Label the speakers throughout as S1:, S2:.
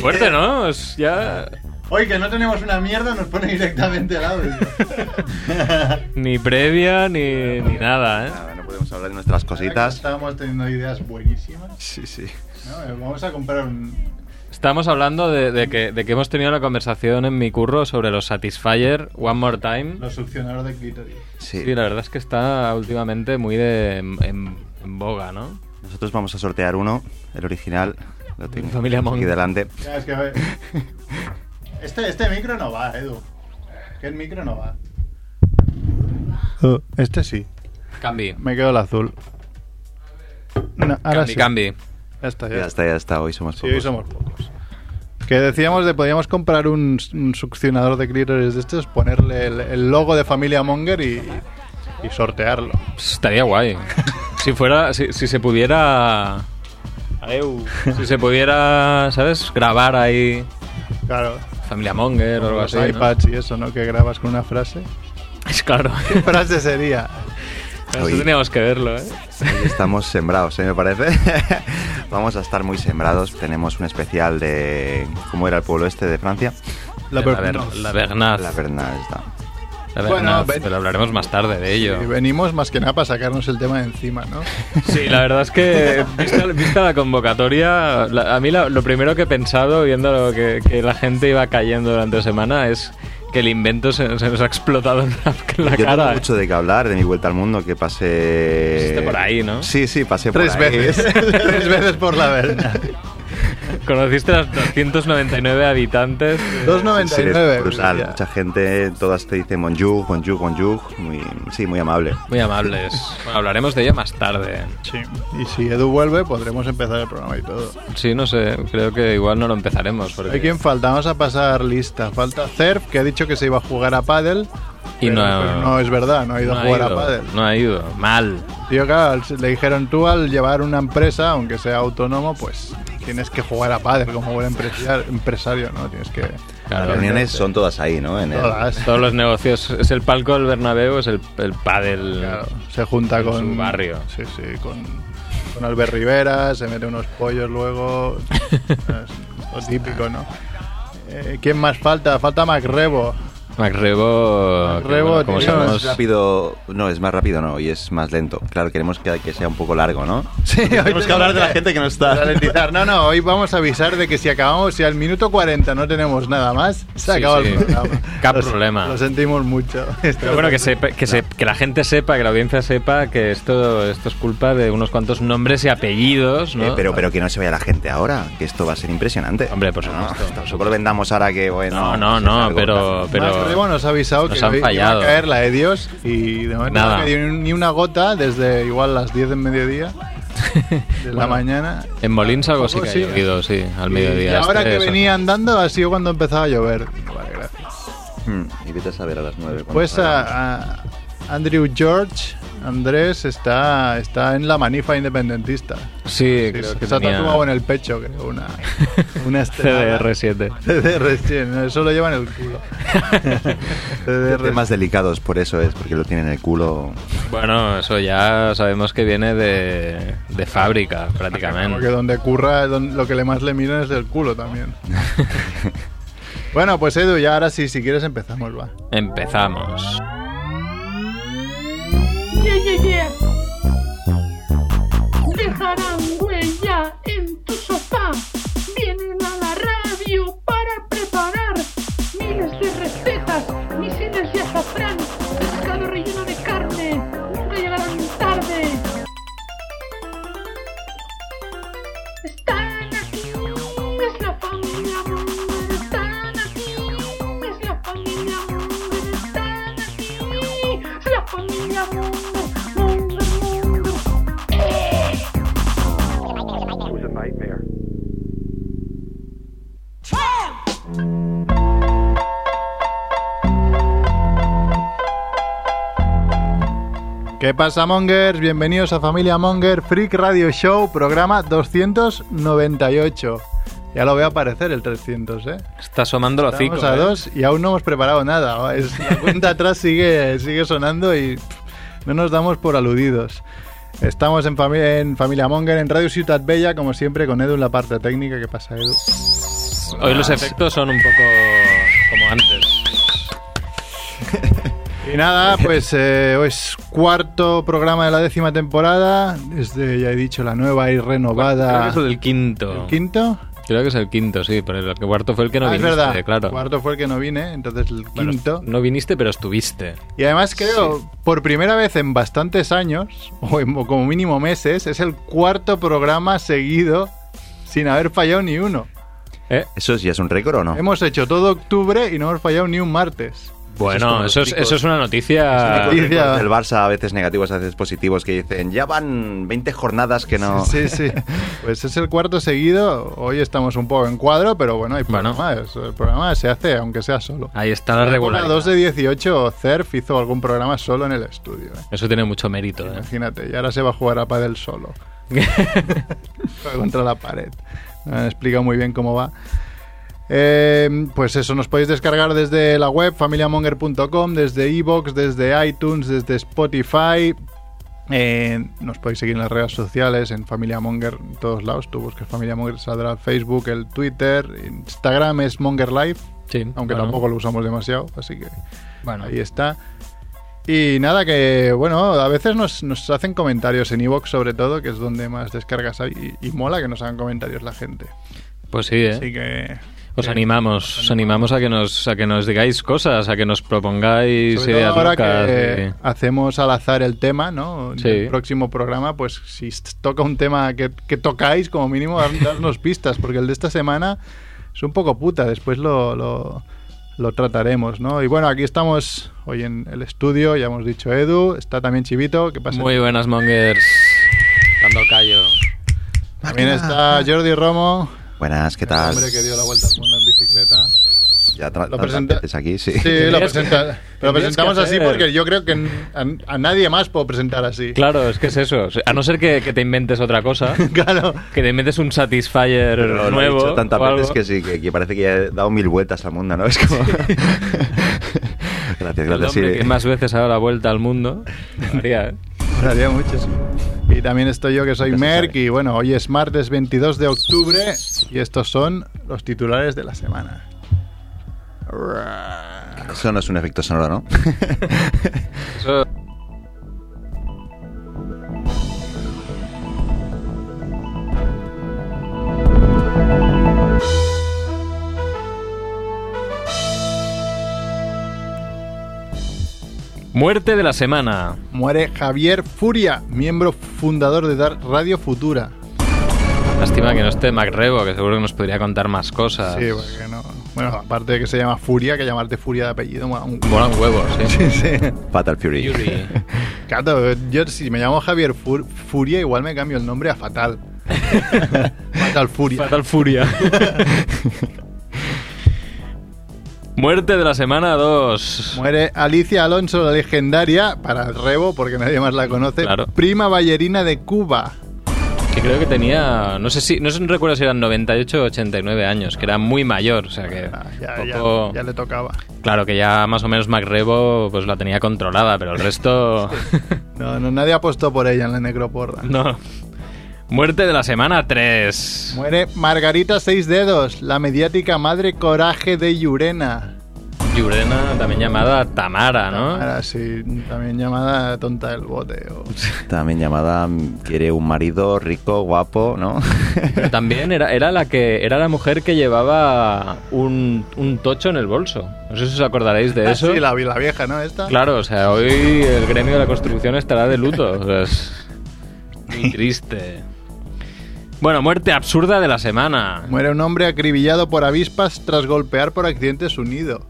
S1: Fuerte, ¿no? Es ya
S2: Oye, que no tenemos una mierda, nos pone directamente al audio.
S1: ni previa ni, ni nada, ¿eh?
S3: Nada, no podemos hablar de nuestras cositas.
S2: Estábamos teniendo ideas buenísimas.
S3: Sí, sí.
S2: ¿no? Eh, Vamos a comprar un.
S1: Estamos hablando de, de que, de que hemos tenido la conversación en mi curro sobre los Satisfyer One More Time.
S2: Los succionadores de clítoris.
S3: Sí.
S1: Sí, la verdad es que está últimamente muy de, en, en boga, ¿no?
S3: Nosotros vamos a sortear uno, el original. Lo tengo
S1: Familia
S3: aquí
S1: Monk.
S3: delante.
S2: Ya, es que. a ver. Este, este micro no va, Edu. Que el micro no va. este sí.
S1: Cambi.
S2: Me quedo el azul. No, ahora
S1: Cambi,
S2: sí.
S1: cambi.
S2: Ya está, ya,
S3: Ya
S2: está.
S3: está, ya está. Hoy somos
S2: Sí,
S3: pocos.
S2: hoy somos pocos. Que decíamos de podíamos comprar un, un succionador de clítoris de estos, ponerle el, el logo de Familia Monger y, y sortearlo.
S1: Pues estaría guay. Si fuera, si, si se pudiera... Adeu. Si se pudiera, ¿sabes? Grabar ahí
S2: Claro.
S1: Familia Monger o algo
S2: los
S1: así. ¿no?
S2: iPads y eso, ¿no? Que grabas con una frase.
S1: Es claro.
S2: ¿Qué frase sería?
S1: Eso
S3: Oye.
S1: teníamos que verlo, ¿eh?
S3: Hoy Estamos sembrados, ¿eh? me parece. vamos a estar muy sembrados. Tenemos un especial de. ¿Cómo era el pueblo este de Francia?
S2: La
S1: ver-
S2: verdad.
S1: Eh, la Bernaz.
S3: La verdad está.
S1: La
S2: Bueno,
S1: Bernaz,
S2: ven-
S1: pero hablaremos más tarde de ello.
S2: Y venimos más que nada para sacarnos el tema de encima, ¿no?
S1: Sí, la verdad es que, vista, vista la convocatoria, la- a mí la- lo primero que he pensado, viendo lo que, que la gente iba cayendo durante la semana, es que el invento se, se nos ha explotado en la, en la
S3: Yo tengo
S1: cara.
S3: mucho de qué hablar de mi vuelta al mundo que pasé.
S1: Pasaste por ahí, ¿no?
S3: Sí, sí, pasé por
S2: Tres
S3: ahí.
S2: veces. Tres veces por la verdad.
S1: Conociste a los 299 habitantes.
S3: Sí,
S2: 2.99.
S3: es brutal.
S2: decía.
S3: Mucha gente, todas te dicen bonjour, bonjour, bonjour. Muy, sí, muy amable.
S1: Muy amables. Bueno, hablaremos de ello más tarde.
S2: Sí. Y si Edu vuelve, podremos empezar el programa y todo.
S1: Sí, no sé, creo que igual no lo empezaremos. Porque...
S2: ¿Hay quien falta? Vamos a pasar lista. Falta Cerf, que ha dicho que se iba a jugar a pádel.
S1: Y
S2: pero,
S1: no-
S2: pues, no es verdad, no ha ido
S1: no
S2: a
S1: ha
S2: jugar
S1: ido,
S2: a pádel.
S1: No ha ido. Mal.
S2: Tío, claro, al- le dijeron tú al llevar una empresa, aunque sea autónomo, pues tienes que jugar a pádel como buen empresario, empresario ¿no? Tienes que...
S1: Claro.
S3: Las reuniones son todas ahí, ¿no? En el-
S2: Todas.
S1: Todos los negocios. Es el palco del Bernabéu, es el, el pádel.
S2: Claro, se junta
S1: En
S2: con...
S1: su barrio.
S2: Sí, sí, con, con Albert Rivera, se mete unos pollos luego... es lo típico, ¿no? Eh, ¿Quién más falta? Falta Macrebo.
S1: Macrebo, que,
S2: Macrebo,
S1: bueno, como
S3: Es
S2: tío,
S1: sabemos,
S3: más rápido, no, es más rápido no, y es más lento. Claro, queremos que, que sea un poco largo, ¿no?
S2: Sí, hoy
S3: tenemos que hablar de la gente que no está. Eh,
S2: ralentizar. No, no, hoy vamos a avisar de que si acabamos, si al minuto 40 no tenemos nada más, se
S1: Sí,
S2: acaba
S1: sí.
S2: el programa.
S1: Cap
S2: Lo-
S1: problema.
S2: Lo sentimos mucho.
S1: Pero bueno, que, sepa- que, se- que la gente sepa, que la audiencia sepa que esto, esto es culpa de unos cuantos nombres y apellidos, ¿no?
S3: Eh, pero, pero que no se vaya la gente ahora, que esto va a ser impresionante.
S1: Hombre, por
S3: No,
S1: supuesto.
S3: tampoco lo vendamos ahora que, bueno.
S1: No, no,
S3: es
S1: no,
S3: algo-
S1: pero- pero-
S2: Más arriba nos ha avisado
S1: nos
S2: que
S1: han
S2: hoy
S1: fallado.
S2: iba a caer la de Dios y de momento
S1: Nada.
S2: no ha caído ni una gota desde igual las 10 del mediodía de la mañana.
S1: En Molins algo sí que
S2: Tampoco
S1: ha
S2: sí.
S1: llovido, sí, al
S2: Y
S1: mediodía.
S2: ahora
S1: Este,
S2: que
S1: eso.
S2: venía andando ha sido cuando empezaba a llover. Vale, gracias.
S3: Hmm, y vete a saber a las nueve. cuando
S2: Pues
S3: salgamos.
S2: a, a Andrew George, Andrés, está, está en la manifa independentista.
S1: Sí,
S2: Sí,
S1: creo
S2: sí,
S1: que
S2: se ha
S1: tenía
S2: tatuado en el pecho, creo, una, una estrella.
S1: CDR7.
S2: CDR, no, eso lo lleva en el culo. CDR.
S3: Temas delicados, por eso es, porque lo tienen en el culo.
S1: Bueno, eso ya sabemos que viene de, de fábrica,
S2: Porque
S1: prácticamente.
S2: donde curra, don- lo que le más le miran es del culo también. bueno, pues Edu, ya ahora sí, si quieres empezamos, va.
S1: Empezamos.
S4: Yeah, yeah, yeah. Dejarán huella en tu sofá. Vienen a la radio para preparar miles de recetas, misiles de azafrán, pescado relleno de carne. Nunca llegarán tarde. Están aquí, es la familia Munger. Están aquí, es la familia Munger. Están aquí, es la familia Munger. Munger, Munger.
S2: ¿Qué pasa, Mongers? Bienvenidos a Familia Monger Freak Radio Show, programa 298. Ya lo veo aparecer el 300, ¿eh?
S1: Está asomando los
S2: Estamos
S1: hocico.
S2: a
S1: ¿eh?
S2: dos y aún no hemos preparado nada. Es- la cuenta atrás sigue, sigue sonando y pff, no nos damos por aludidos. Estamos en, fami- en Familia Monger, en Radio Ciudad Bella, como siempre, con Edu en la parte técnica. ¿Qué pasa, Edu?
S1: Hoy
S2: Ah,
S1: los efectos son un poco como antes.
S2: Y nada, pues eh, hoy es cuarto programa de la décima temporada. Desde, ya he dicho, la nueva y
S1: Creo que
S2: renovada.
S1: es el quinto.
S2: ¿El quinto?
S1: Creo que es el quinto, sí, pero el cuarto fue el que no
S2: Ah, es
S1: viniste,
S2: verdad.
S1: claro.
S2: Cuarto fue el que no vine, entonces el
S1: Bueno,
S2: quinto.
S1: No viniste, pero estuviste.
S2: Y además creo, por primera vez en bastantes años, o en- o como mínimo meses, es el cuarto programa seguido sin haber fallado ni uno.
S1: ¿Eh?
S3: ¿Eso ya es un récord o no?
S2: Hemos hecho todo octubre y no hemos fallado ni un martes.
S1: Bueno, eso es,
S3: chicos-
S1: eso es una noticia.
S2: Es una noticia.
S3: El Barça a veces negativos, a veces positivos, que dicen, ya van 20 jornadas que no...
S2: Sí, sí. Pues es el cuarto seguido. Hoy estamos un poco en cuadro, pero bueno, hay
S1: Bueno. Ah,
S2: programas. El programa se hace aunque sea solo.
S1: Ahí está la
S2: La
S1: regularidad.
S2: 2 de 18, CERF hizo algún programa solo en el estudio. ¿eh?
S1: Eso tiene mucho mérito. ¿eh?
S2: Imagínate, y ahora se va a jugar a pádel solo. contra la pared. No me han explicado muy bien cómo va. Eh, pues eso, nos podéis descargar desde la web familiamonger.com, desde iBox, desde iTunes, desde Spotify. Eh, nos podéis seguir en las redes sociales, en Familia Monger, en todos lados. Tú buscas Familia Monger, saldrá Facebook, el Twitter, Instagram es Monger Life,
S1: Sí,
S2: aunque
S1: bueno.
S2: tampoco lo usamos demasiado, así que
S1: Bueno,
S2: Ahí está. Y nada, que bueno, a veces nos, nos hacen comentarios en Evox sobre todo, que es donde más descargas hay, y, y mola que nos hagan comentarios la gente.
S1: pues sí, ¿eh?
S2: Así que... eh,
S1: Os
S2: que-
S1: animamos, os animamos a que nos a que nos digáis cosas, a que nos propongáis
S2: sobre todo
S1: ideas
S2: ahora
S1: locas.
S2: que
S1: y-
S2: hacemos al azar el tema, ¿no? En
S1: eh. Sí.
S2: el próximo programa, pues si s- toca un tema que, que tocáis, como mínimo dar- darnos pistas, porque el de esta semana es un poco puta, después lo, lo, lo trataremos, ¿no? Y bueno, aquí estamos hoy en el estudio, ya hemos dicho Edu, está también Chivito, ¿qué pasa?
S1: Muy buenas mongers. Dando callo.
S2: También está Jordi Romo,
S3: Buenas, ¿qué
S2: el
S3: tal?
S2: hombre que dio la vuelta al mundo en bicicleta.
S3: Ya tra-
S2: Lo
S3: tantas
S2: presenta-
S3: veces aquí, sí.
S2: Sí, lo,
S1: Tendrías que-
S2: presenta- lo
S1: tendrías
S2: presentamos
S1: que
S2: así
S1: hacer.
S2: porque yo creo que n- a, a nadie más puedo presentar así.
S1: Claro, es que es eso. A no ser que, que te inventes otra cosa,
S2: Claro.
S1: que te inventes un satisfier
S3: Pero lo he
S1: nuevo.
S3: dicho tantas
S1: o algo.
S3: veces que sí, que, que parece que he dado mil vueltas al mundo, ¿no? Es como... gracias,
S1: El
S3: gracias.
S1: hombre
S3: sí.
S1: que más veces ha dado la vuelta al mundo. María, ¿eh?
S2: Molaría mucho, sí. Y también estoy yo que soy
S3: Nunca se
S2: Merck
S3: sabe.
S2: y bueno, hoy es martes 22 de octubre y estos son los titulares de la semana.
S3: Eso no es un efecto sonoro, ¿no?
S1: Eso- Muerte de la semana.
S2: Muere Javier Furia, miembro fundador de Dar Radio Futura.
S1: Lástima que no esté MacRebo, que seguro que nos podría contar más cosas.
S2: Sí, porque no. Bueno, aparte de que se llama Furia, que llamarte Furia de apellido mola un-
S1: Molan huevos, ¿eh?
S2: Sí, sí.
S3: Fatal Fury.
S1: Yuri.
S2: Claro, yo si me llamo Javier Fur- Furia, igual me cambio el nombre a Fatal. Fatal Furia.
S1: Fatal Furia. Muerte de la semana 2.
S2: Muere Alicia Alonso, la legendaria, para el rebo, porque nadie más la conoce,
S1: Claro.
S2: prima ballerina de Cuba.
S1: Que creo que tenía, no sé si, no sé- no recuerdo si eran 98 o 89 años, que era muy mayor, o sea que
S2: Ah, Ya,
S1: un Eh,
S2: ya-
S1: poco-
S2: ya le tocaba.
S1: claro que ya más o menos MacRebo pues la tenía controlada, pero el resto
S2: No, no, nadie apostó por ella en la necroporra.
S1: no. Muerte de la semana 3.
S2: Muere Margarita Seis Dedos, la mediática madre coraje de Yurena.
S1: Yurena, también llamada Tamara, ¿no?
S2: Ahora sí, también llamada tonta del bote. o-
S3: También llamada mm, quiere un marido rico, guapo, ¿no?
S1: Pero también era, era la que era la mujer que llevaba un, un tocho en el bolso. No sé si os acordaréis de eso.
S2: Sí, la, la vieja, ¿no? Esta.
S1: Claro, o sea, hoy el gremio de la construcción estará de luto. o sea, es muy triste. Bueno, muerte absurda de la semana.
S2: Muere un hombre acribillado por avispas tras golpear por accidente su nido.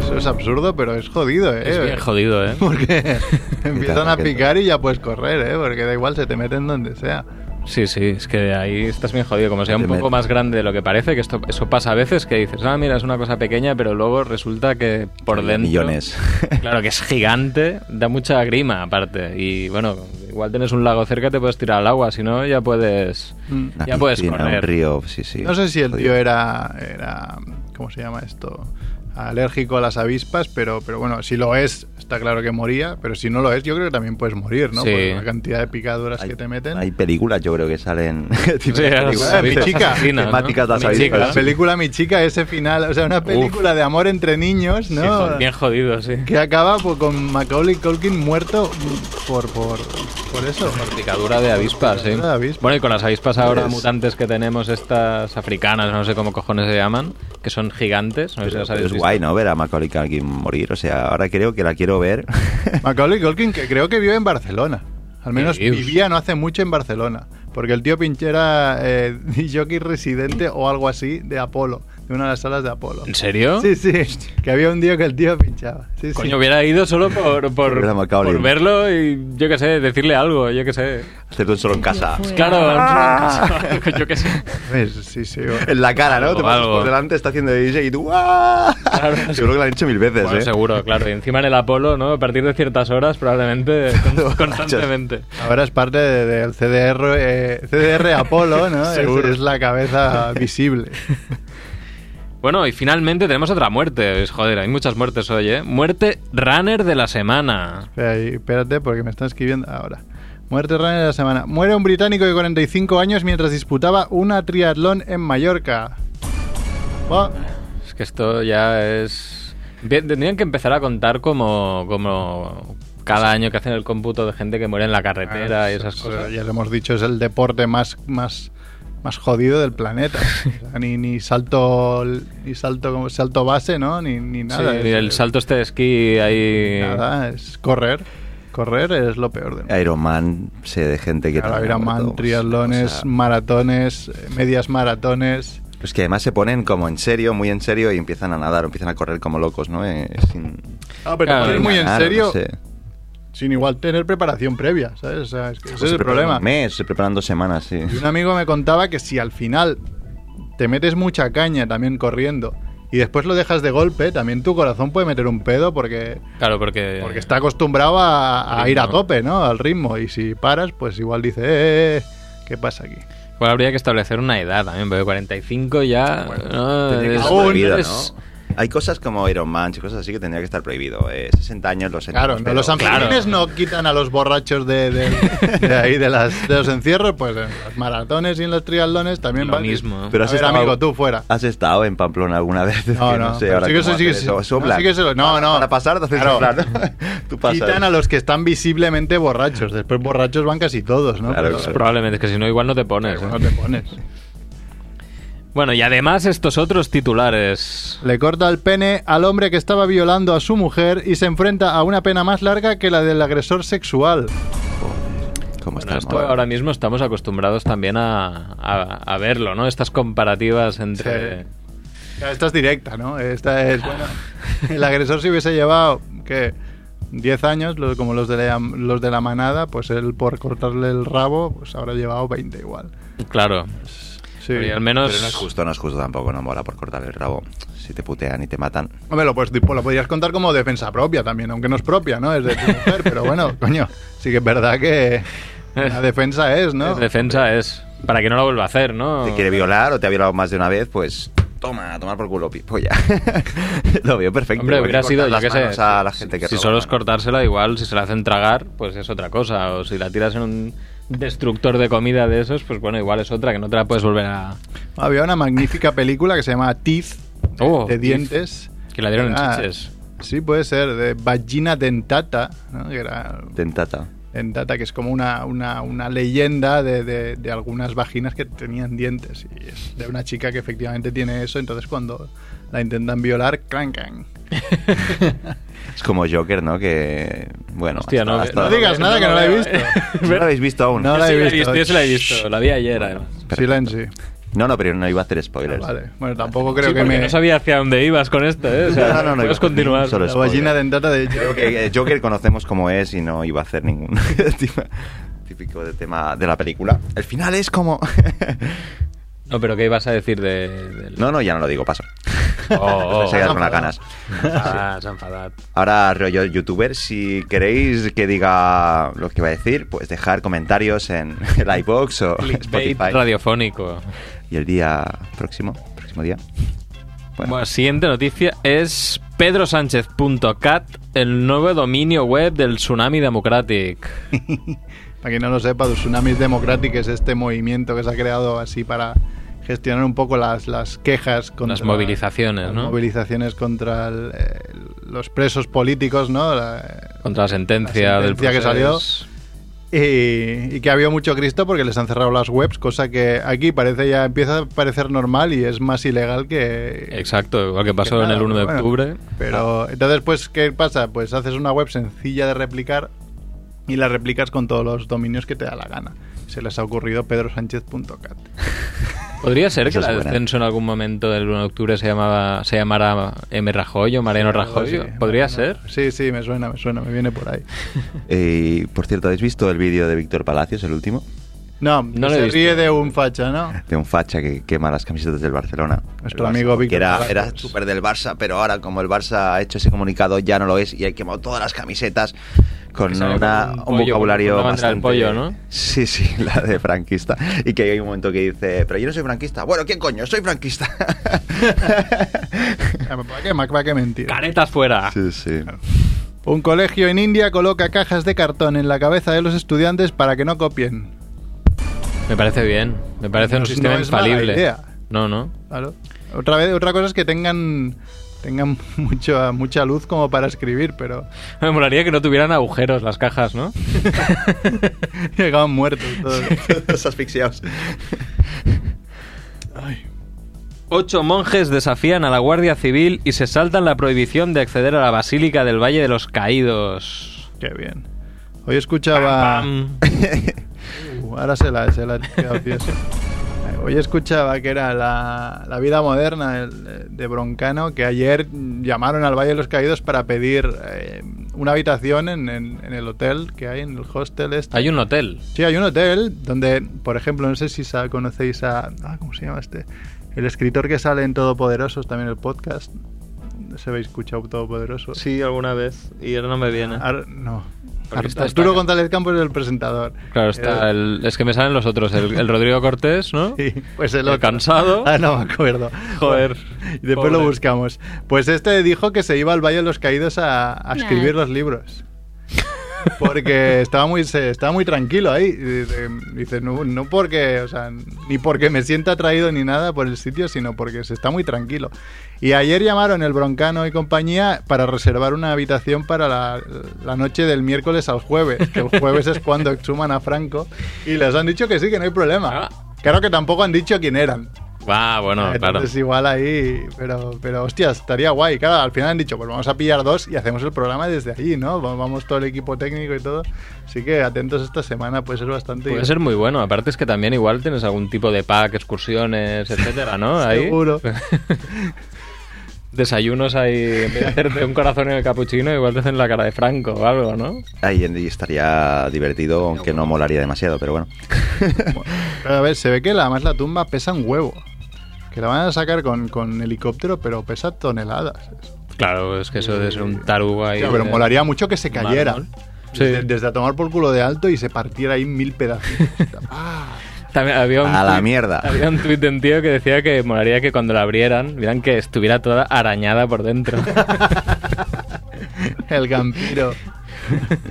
S2: Eso es absurdo, pero es jodido, ¿eh?
S1: Es bien jodido, ¿eh?
S2: Porque empiezan a
S3: Qué
S2: picar y ya puedes correr, ¿eh? Porque da igual, se te meten donde sea.
S1: Sí, sí, es que ahí estás bien jodido. Como sea un
S3: Te
S1: poco
S3: metes.
S1: más grande de lo que parece, que esto, eso pasa a veces, que dices, ah, mira, es una cosa pequeña, pero luego resulta que por dentro...
S3: Millones.
S1: Claro, que es gigante, da mucha grima aparte. Y bueno, igual tienes un lago cerca, te puedes tirar al agua, si no ya puedes...
S2: Mm.
S3: Una
S1: Ya puedes
S3: piscina,
S1: correr.
S3: Un río, sí, sí.
S2: No sé si el
S3: Jodido.
S2: tío era, era... ¿Cómo se llama esto? alérgico a las avispas, pero, pero bueno, si lo es, está claro que moría, pero si no lo es, yo creo que también puedes morir, ¿no?
S1: Sí.
S2: Por la cantidad de picaduras
S3: Hay-
S2: que te meten.
S3: Hay películas, yo creo que salen. tipo
S1: Sí,
S3: de
S1: las
S3: películas.
S2: avispas. eh, Mi chica.
S1: asesinas, ¿no?
S3: Temáticas las
S1: Mi
S3: avispas.
S2: La
S1: chica.
S2: película Mi Chica, ese final, o sea, una película de amor entre niños,
S1: Sí,
S2: ¿no?
S1: jo- bien jodido, sí.
S2: que acaba pues, con Macaulay Culkin muerto por, por, por eso.
S1: Picadura de avispas, sí.
S2: Picadura de avispas. Pues-
S1: Bueno, y con las avispas ahora
S3: Es-
S1: mutantes que tenemos, estas africanas, no sé cómo cojones se llaman, que son gigantes, no sé si
S3: Pero
S1: las habéis
S3: es
S1: visto.
S3: guay, ¿no? Ver a Macaulay Culkin morir. O sea, ahora creo que la quiero ver.
S2: Macaulay Culkin, que creo que vive en Barcelona. Al menos
S1: Dios.
S2: vivía no hace mucho en Barcelona. Porque el tío Pinche era eh, jockey residente o algo así de Apolo, de una de las salas de Apolo.
S1: ¿En serio?
S2: Sí, sí. Que había un día que el tío pinchaba. Sí, sí.
S1: Coño, hubiera ido solo por, por,
S3: Ver a Macaulay.
S1: por verlo y yo qué sé, decirle algo, yo qué sé.
S3: Hacerte un solo en casa.
S1: Claro, yo qué sé.
S2: ¿Ves? Pues, Sí, sí. o-
S3: En la cara, ¿no?
S1: Algo,
S3: Te pasas
S1: algo.
S3: por delante, está haciendo DJ y tú. ¡ah!
S1: Claro.
S3: Seguro que lo han hecho mil veces,
S1: Bueno,
S3: ¿eh?
S1: seguro, claro. Y encima en el Apolo, ¿no? A partir de ciertas horas, probablemente, con- constantemente.
S2: Ahora es parte de- del CDR, eh, CDR Apolo, ¿no? Es-
S3: Seguro.
S2: Es, la cabeza visible.
S1: Bueno, y finalmente tenemos otra muerte. Es- Joder, hay muchas muertes hoy, ¿eh? Muerte runner de la semana.
S2: Espera, y espérate, porque me están escribiendo ahora. Muerte rara de la semana. Muere un británico de 45 años mientras disputaba una triatlón en Mallorca. Buah.
S1: Es que esto ya es... Bien, tendrían que empezar a contar como, como cada año que hacen el cómputo de gente que muere en la carretera y esas
S2: Ah, Eso,
S1: cosas.
S2: Ya lo hemos dicho, es el deporte más, más, más jodido del planeta. O sea, ni, ni salto ni salto como salto base, ¿no? Ni, ni nada.
S1: Sí,
S2: es-
S1: y el salto este de esquí ahí...
S2: Nada, es correr. Correr es lo peor de
S3: Ironman, sé de gente que.
S2: Claro,
S3: también ha
S2: Ironman,
S3: muerto, pues,
S2: triatlones,
S3: o sea,
S2: maratones, eh, medias maratones.
S3: Pues que además se ponen como en serio, muy en serio y empiezan a nadar, o empiezan a correr como locos, ¿no? Eh, sin,
S2: Ah, pero
S1: Claro.
S2: es
S1: ponen
S2: muy en
S3: ganar,
S2: serio,
S3: no sé.
S2: sin igual tener preparación previa, ¿sabes? O sea, es que ese
S3: Pues
S2: es
S3: se
S2: el
S3: preparan
S2: problema.
S3: Un mes, se preparan dos semanas, sí.
S2: Y un amigo me contaba que si al final te metes mucha caña también corriendo y después lo dejas de golpe, también tu corazón puede meter un pedo porque,
S1: Claro, porque...
S2: porque está acostumbrado a, a ir a
S1: Eh. Ritmo.
S2: tope, ¿no? Al ritmo. Y si paras, pues igual dice, eh, eh, eh, ¿qué pasa aquí?
S1: Bueno, habría que establecer una edad también, porque 45 ya... no,
S3: Tendría que
S1: es-
S3: estar
S2: aún
S3: prohibido,
S1: es-
S3: ¿no? Hay cosas como Ironman y cosas así que tendría que estar prohibido. Eh, 60 años los
S2: Claro, ¿no? los anfitriones no quitan a los borrachos de, de- de ahí, de, las, de los encierros, pues en los maratones y en los triatlones también
S1: Lo
S2: van-
S1: mismo.
S2: a ver, amigo, tú fuera.
S3: ¿Has estado en Pamplona alguna vez? Es
S2: No,
S3: que
S2: no,
S3: sé
S2: pero
S3: ahora
S2: sí que
S3: cómo
S2: eso sí que
S3: hacer
S2: sí.
S3: eso.
S2: No,
S3: Sopla.
S2: sí que se lo- no, no.
S3: Para pasar, te haces
S2: Claro.
S3: soplar, ¿no? Tú pasas.
S2: Quitan a los que están visiblemente borrachos. Después borrachos van casi todos, ¿no?
S3: Claro,
S2: Pero-
S3: claro.
S1: Probablemente, es que si no, igual no te pones.
S2: pero
S1: ¿eh?
S2: no te pones.
S1: Bueno, y además estos otros titulares.
S2: Le corta el pene al hombre que estaba violando a su mujer y se enfrenta a una pena más larga que la del agresor sexual.
S3: ¿Cómo
S1: Bueno,
S3: está el
S1: esto
S3: modo?
S1: ahora mismo estamos acostumbrados también a, a- a verlo, ¿no? Estas comparativas entre...
S2: Sí. Ya, Esta es directa, ¿no? Esta es, bueno, el agresor si hubiese llevado, ¿qué? 10 años, lo- como los de, la, los de la manada, pues él por cortarle el rabo, pues habrá llevado 20 igual.
S1: Claro.
S2: Sí.
S1: Y al menos...
S3: Pero no es justo, no es justo tampoco, no mola por cortar el rabo. Si te putean y te matan.
S2: Hombre, lo, pues, tipo, lo podrías contar como defensa propia también, aunque no es propia, ¿no? Es de tu mujer, pero bueno, coño, sí que es verdad que la defensa es, ¿no?
S1: es defensa es... Para que no lo vuelva a hacer, ¿no?
S3: Te quiere violar o te ha violado más de una vez, pues toma, a tomar por culo, pi- polla. Lo veo perfecto.
S1: Hombre,
S3: Porque
S1: hubiera
S3: cortas
S1: sido, yo
S3: las
S1: qué sé,
S3: manos a la gente que
S1: si
S3: roba,
S1: solo es
S3: ¿no?
S1: cortársela, igual, si se la hacen tragar, pues es otra cosa. O si la tiras en un destructor de comida de esos, pues bueno, igual es otra, que no te la puedes volver a...
S2: Había una magnífica película que se llama Teeth, de,
S1: Oh,
S2: de
S1: Teeth.
S2: dientes.
S1: Que la dieron en
S2: Ah,
S1: chiches.
S2: Sí, puede ser, de Vagina Dentata, ¿no? Que era
S3: Tentata.
S2: Dentata, que es como una, una, una leyenda de, de- de algunas vaginas que tenían dientes. Y es de una chica que efectivamente tiene eso, entonces cuando la intentan violar, clan, clan.
S3: Es como Joker, ¿no? Que. Bueno.
S1: Hostia, no, eh.
S2: no digas nada, que no la he visto.
S3: No lo habéis visto aún.
S2: No
S1: Yo
S2: la
S1: sí
S2: he
S1: la he
S2: visto.
S1: visto, yo sí la he visto. La vi ayer, además.
S2: Silencio.
S3: No, no, pero no iba a hacer spoilers.
S2: Ah, Vale. Bueno, tampoco creo
S1: Sí,
S2: que
S1: porque
S2: me...
S1: no sabía hacia dónde ibas con esto, ¿eh? O sea,
S3: No, no, no,
S1: puedes
S3: iba-
S1: continuar.
S3: solo
S2: La vagina dentata de
S3: Creo que eh, Joker conocemos cómo es y no iba a hacer ningún tipo- típico de tema de la película. El final es como.
S1: No, pero ¿qué ibas a decir de...? del-
S3: No, no, ya no lo digo, paso.
S1: Oh, oh,
S3: Os he quedado con las
S2: enfadado.
S3: ganas.
S1: Ah, se ha enfadado.
S3: Ahora, rollo youtuber, si queréis que diga lo que iba a decir, pues dejar comentarios en el iBox o
S1: Clickbait
S3: Spotify.
S1: radiofónico.
S3: Y el día próximo, próximo día, Bueno,
S1: Bueno, siguiente noticia es pedrosánchez.cat, el nuevo dominio web del Tsunami Democratic.
S2: Para quien no lo sepa, los tsunamis democráticos es este movimiento que se ha creado así para gestionar un poco las, las quejas contra
S1: Las movilizaciones,
S2: las
S1: ¿no?
S2: movilizaciones contra el, eh, los presos políticos, ¿no? La-
S1: Contra la sentencia,
S2: La
S1: del
S2: sentencia que
S1: procés.
S2: y, y que ha habido mucho Cristo porque les han cerrado las webs, cosa que aquí parece ya empieza a parecer normal y es más ilegal que,
S1: Exacto, igual que pasó
S2: que
S1: en
S2: nada,
S1: el 1 de
S2: bueno.
S1: octubre. Ah.
S2: Pero entonces, pues, ¿qué pasa? Pues haces una web sencilla de replicar y la replicas con todos los dominios que te da la gana. Se les ha ocurrido pedrosánchez.cat.
S1: Podría ser que
S3: Esa es
S1: la
S3: buena.
S1: descenso en algún momento del 1 de octubre se, llamaba, se llamara M. Rajoy o Mariano Rajoy.
S2: Sí,
S1: Podría
S2: bueno,
S1: ser.
S2: Sí, sí, me suena, me suena, me viene por ahí.
S3: y, eh, por cierto, ¿habéis visto el vídeo de Víctor Palacios, el último?
S2: No,
S1: No lo he
S2: se
S1: visto.
S2: ríe de un facha, ¿no?
S3: De un facha que quema las camisetas del Barcelona.
S2: Nuestro
S3: El Barça,
S2: amigo Víctor
S3: Que era,
S2: Palacios.
S3: era súper del Barça, pero ahora como el Barça ha hecho ese comunicado ya no lo es y ha quemado todas las camisetas con
S1: Que sale
S3: una-
S1: con un
S3: un,
S1: pollo,
S3: vocabulario
S1: con una bandera del
S3: bastante...
S1: pollo, ¿no?
S3: Sí, sí, la de franquista. Y que hay un momento que dice, pero yo no soy franquista. Bueno, ¿quién coño? Soy franquista.
S2: ¿Para qué, ¿Para qué mentir?
S1: Caretas fuera.
S3: sí, sí.
S2: Un colegio en India coloca cajas de cartón en la cabeza de los estudiantes para que no copien.
S1: Me parece bien. Me parece
S2: No
S1: un
S2: es-
S1: sistema
S2: no es mala
S1: infalible.
S2: idea.
S1: No, no.
S2: Claro. Otra, vez, otra cosa es que tengan, tengan mucha, mucha luz como para escribir, pero
S1: Me molaría que no tuvieran agujeros las cajas, ¿no?
S2: llegaban muertos todos.
S3: Los asfixiados.
S1: Ocho monjes desafían a la Guardia Civil y se saltan la prohibición de acceder a la Basílica del Valle de los Caídos.
S2: Qué bien. Hoy escuchaba...
S1: Pam.
S2: Uh, ahora se la, se la he quedado tieso. Hoy escuchaba que era la, la vida moderna el- de Broncano, que ayer llamaron al Valle de los Caídos para pedir eh, una habitación en, en- en el hotel que hay, en el hostel este.
S1: Hay un hotel.
S2: Sí, hay un hotel donde, por ejemplo, no sé si sa- conocéis a... ah, ¿Cómo se llama este? El escritor que sale en Todopoderosos, también el podcast. ¿Se habéis escuchado Todopoderosos?
S1: alguna vez. Y ahora no me viene.
S2: Ar- no.
S1: Porque Ah, está-
S2: Arturo
S1: está-
S2: González Campos es el presentador.
S1: Claro, está
S2: Eh,
S1: el- es que me salen los otros. El, el Rodrigo Cortés, ¿no?
S2: sí, pues el
S1: el
S2: otro.
S1: cansado.
S2: Ah, no me acuerdo.
S1: Joder,
S2: Y después lo
S1: pobre.
S2: buscamos. Pues este dijo que se iba al Valle de los Caídos a, a
S5: Nah.
S2: escribir los libros. Porque estaba muy, se- estaba muy tranquilo ahí. Y Dice, dice, no, no porque, o sea, ni porque me sienta atraído ni nada por el sitio, sino porque se está muy tranquilo. Y ayer llamaron el Broncano y compañía para reservar una habitación para la, la noche del miércoles al jueves, que el jueves es cuando exhuman a Franco. Y les han dicho que sí, que no hay problema.
S1: Ah.
S2: Claro que tampoco han dicho quién eran.
S1: Ah, bueno, claro.
S2: Entonces igual ahí, pero, pero hostia, estaría guay. Claro, al final han dicho, pues vamos a pillar dos y hacemos el programa desde allí, ¿no? Va- Vamos todo el equipo técnico y todo. Así que atentos esta semana, puede ser bastante...
S1: Puede ser muy bueno. Aparte es que también igual tienes algún tipo de pack, excursiones, etcétera, ¿no? Ahí.
S2: Seguro.
S1: Desayunos ahí. En vez de hacerte un corazón en el capuchino, igual te hacen la cara de Franco o algo, ¿no?
S3: Ahí estaría divertido, aunque no molaría demasiado, pero bueno.
S2: Pero a ver, se ve que la, además la tumba pesa un huevo. Que la van a sacar con, con helicóptero, pero pesa toneladas.
S1: Claro, es que eso de ser un tarugo ahí.
S2: Hostia, pero
S1: de-
S2: molaría mucho que se cayera.
S1: Mármol. Sí.
S2: Desde, desde a tomar por culo de alto y se partiera ahí en mil pedacitos. Ah,
S1: También había un
S3: A la
S1: tuit-
S3: mierda.
S1: Había un tuit de un tío que decía que molaría que cuando la abrieran, vieran que estuviera toda arañada por dentro.
S2: el campiro.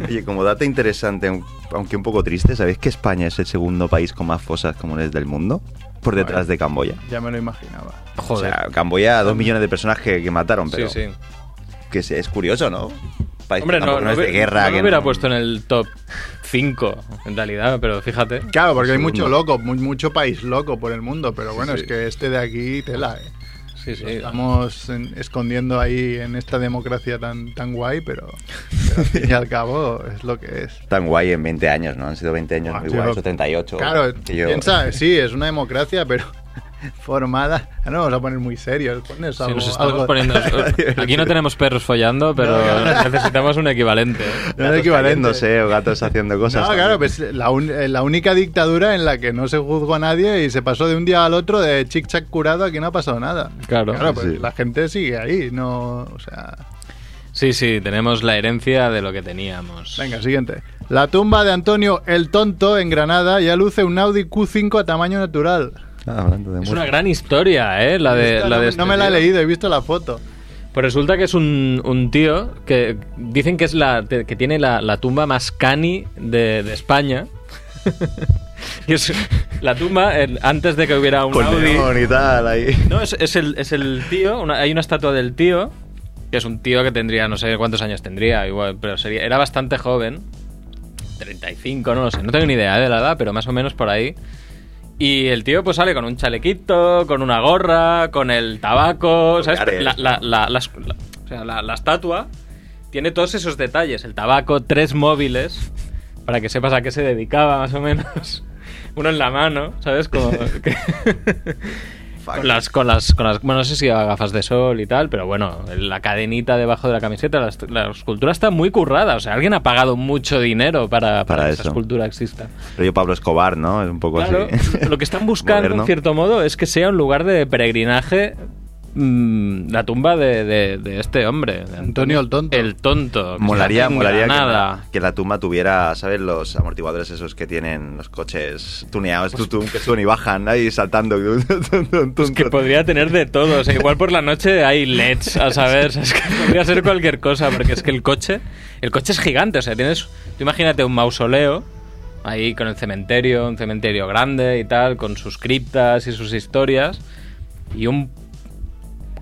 S3: Oye, como dato interesante, un- aunque un poco triste, ¿sabéis que España es el segundo país con más fosas comunes del mundo? Por detrás de Camboya.
S2: Ya me lo imaginaba.
S1: Joder.
S3: O sea, Camboya, dos millones de personas que, que mataron, pero
S1: sí, sí.
S3: que es, es curioso, ¿no? País
S1: Hombre,
S3: que
S1: no,
S3: tampoco
S1: no,
S3: es de
S1: hubi-
S3: guerra.
S1: no lo
S3: que
S1: hubiera
S3: no-
S1: puesto en el top 5, en realidad, pero fíjate.
S2: Claro, porque hay
S3: Segundo.
S2: mucho loco, mu- mucho país loco por el mundo, pero bueno, es que este de aquí tela. eh.
S1: Sí, sí.
S2: Estamos en- escondiendo ahí en esta democracia tan, tan guay, pero, pero al fin y al cabo es lo que es.
S3: Tan guay en 20 años, ¿no? Han sido 20 años,
S2: Ah,
S3: muy
S2: tío,
S3: guay,
S2: lo-
S3: 78.
S2: Claro,
S3: que yo-
S2: piensa, sí, es una democracia, pero formada. Ah, No vamos a poner muy serios, pones
S1: Sí,
S2: algo.
S1: nos estamos
S2: algo-
S1: poniendo- Aquí no tenemos perros follando, pero necesitamos un equivalente. ¿eh?
S2: no es
S3: gatos
S2: equivalente.
S3: cayéndose o gatos haciendo cosas.
S2: No,
S3: también.
S2: claro, pues la, un- eh, la única dictadura en la que no se juzgó a nadie y se pasó de un día al otro de chic-chac curado, aquí no ha pasado nada.
S1: Claro.
S2: Claro, pues
S3: Sí.
S2: la gente sigue ahí, no, o sea...
S1: Sí, sí, tenemos la herencia de lo que teníamos.
S2: Venga, siguiente. La tumba de Antonio el Tonto en Granada ya luce un Audi Q5 a tamaño natural.
S3: Ah, Hablando de
S1: Es
S3: música.
S1: una gran historia, ¿eh? La de,
S2: Esta
S1: la
S2: no,
S1: de
S2: me-
S1: este
S2: no me la he
S1: tío.
S2: leído, he visto la foto.
S1: Pues resulta que es un, un tío que dicen que es la que tiene la, la tumba más cani de, de España. y es la tumba el- antes de que hubiera un
S3: Con
S1: Audi.
S3: limón y tal, ahí.
S1: No, es, es el, es el tío, una- hay una estatua del tío, que es un tío que tendría, no sé cuántos años tendría, igual, pero sería, era bastante joven, 35, no lo sé, no tengo ni idea eh, de la edad, pero más o menos por ahí. Y el tío pues sale con un chalequito, con una gorra, con el tabaco, ¿sabes?
S3: Collares.
S1: La, la- la- las- la- o sea, la- la estatua tiene todos esos detalles, el tabaco, tres móviles, para que sepas a qué se dedicaba más o menos. Uno en la mano, ¿sabes? Como que-
S3: Fuck.
S1: con las, con las, con las- bueno, no sé si lleva gafas de sol y tal, pero bueno, la cadenita debajo de la camiseta, la, est- la escultura está muy currada. O sea, alguien ha pagado mucho dinero para, para,
S3: Para
S1: que esa
S3: eso.
S1: escultura exista.
S3: Rollo Pablo Escobar, ¿no? Es un poco
S1: Claro,
S3: así.
S1: lo que están buscando,
S3: Moderno.
S1: en cierto modo, es que sea un lugar de peregrinaje mm, la tumba de, de- de este hombre. de
S2: Antonio el Tonto.
S1: El tonto. que
S3: Molaría,
S1: nació en
S3: molaría que,
S1: Granada.
S3: la, que la tumba tuviera, ¿sabes? Los amortiguadores esos que tienen los coches tuneados,
S2: Pues
S3: tutum, que suben y bajan ahí saltando.
S1: Pues que podría tener de todo. O sea, igual por la noche hay LEDs, a saber. o sea, es que podría ser cualquier cosa, porque es que el coche. El coche es gigante. O sea, tienes. Tú imagínate un mausoleo. Ahí con el cementerio, un cementerio grande y tal, con sus criptas y sus historias. Y un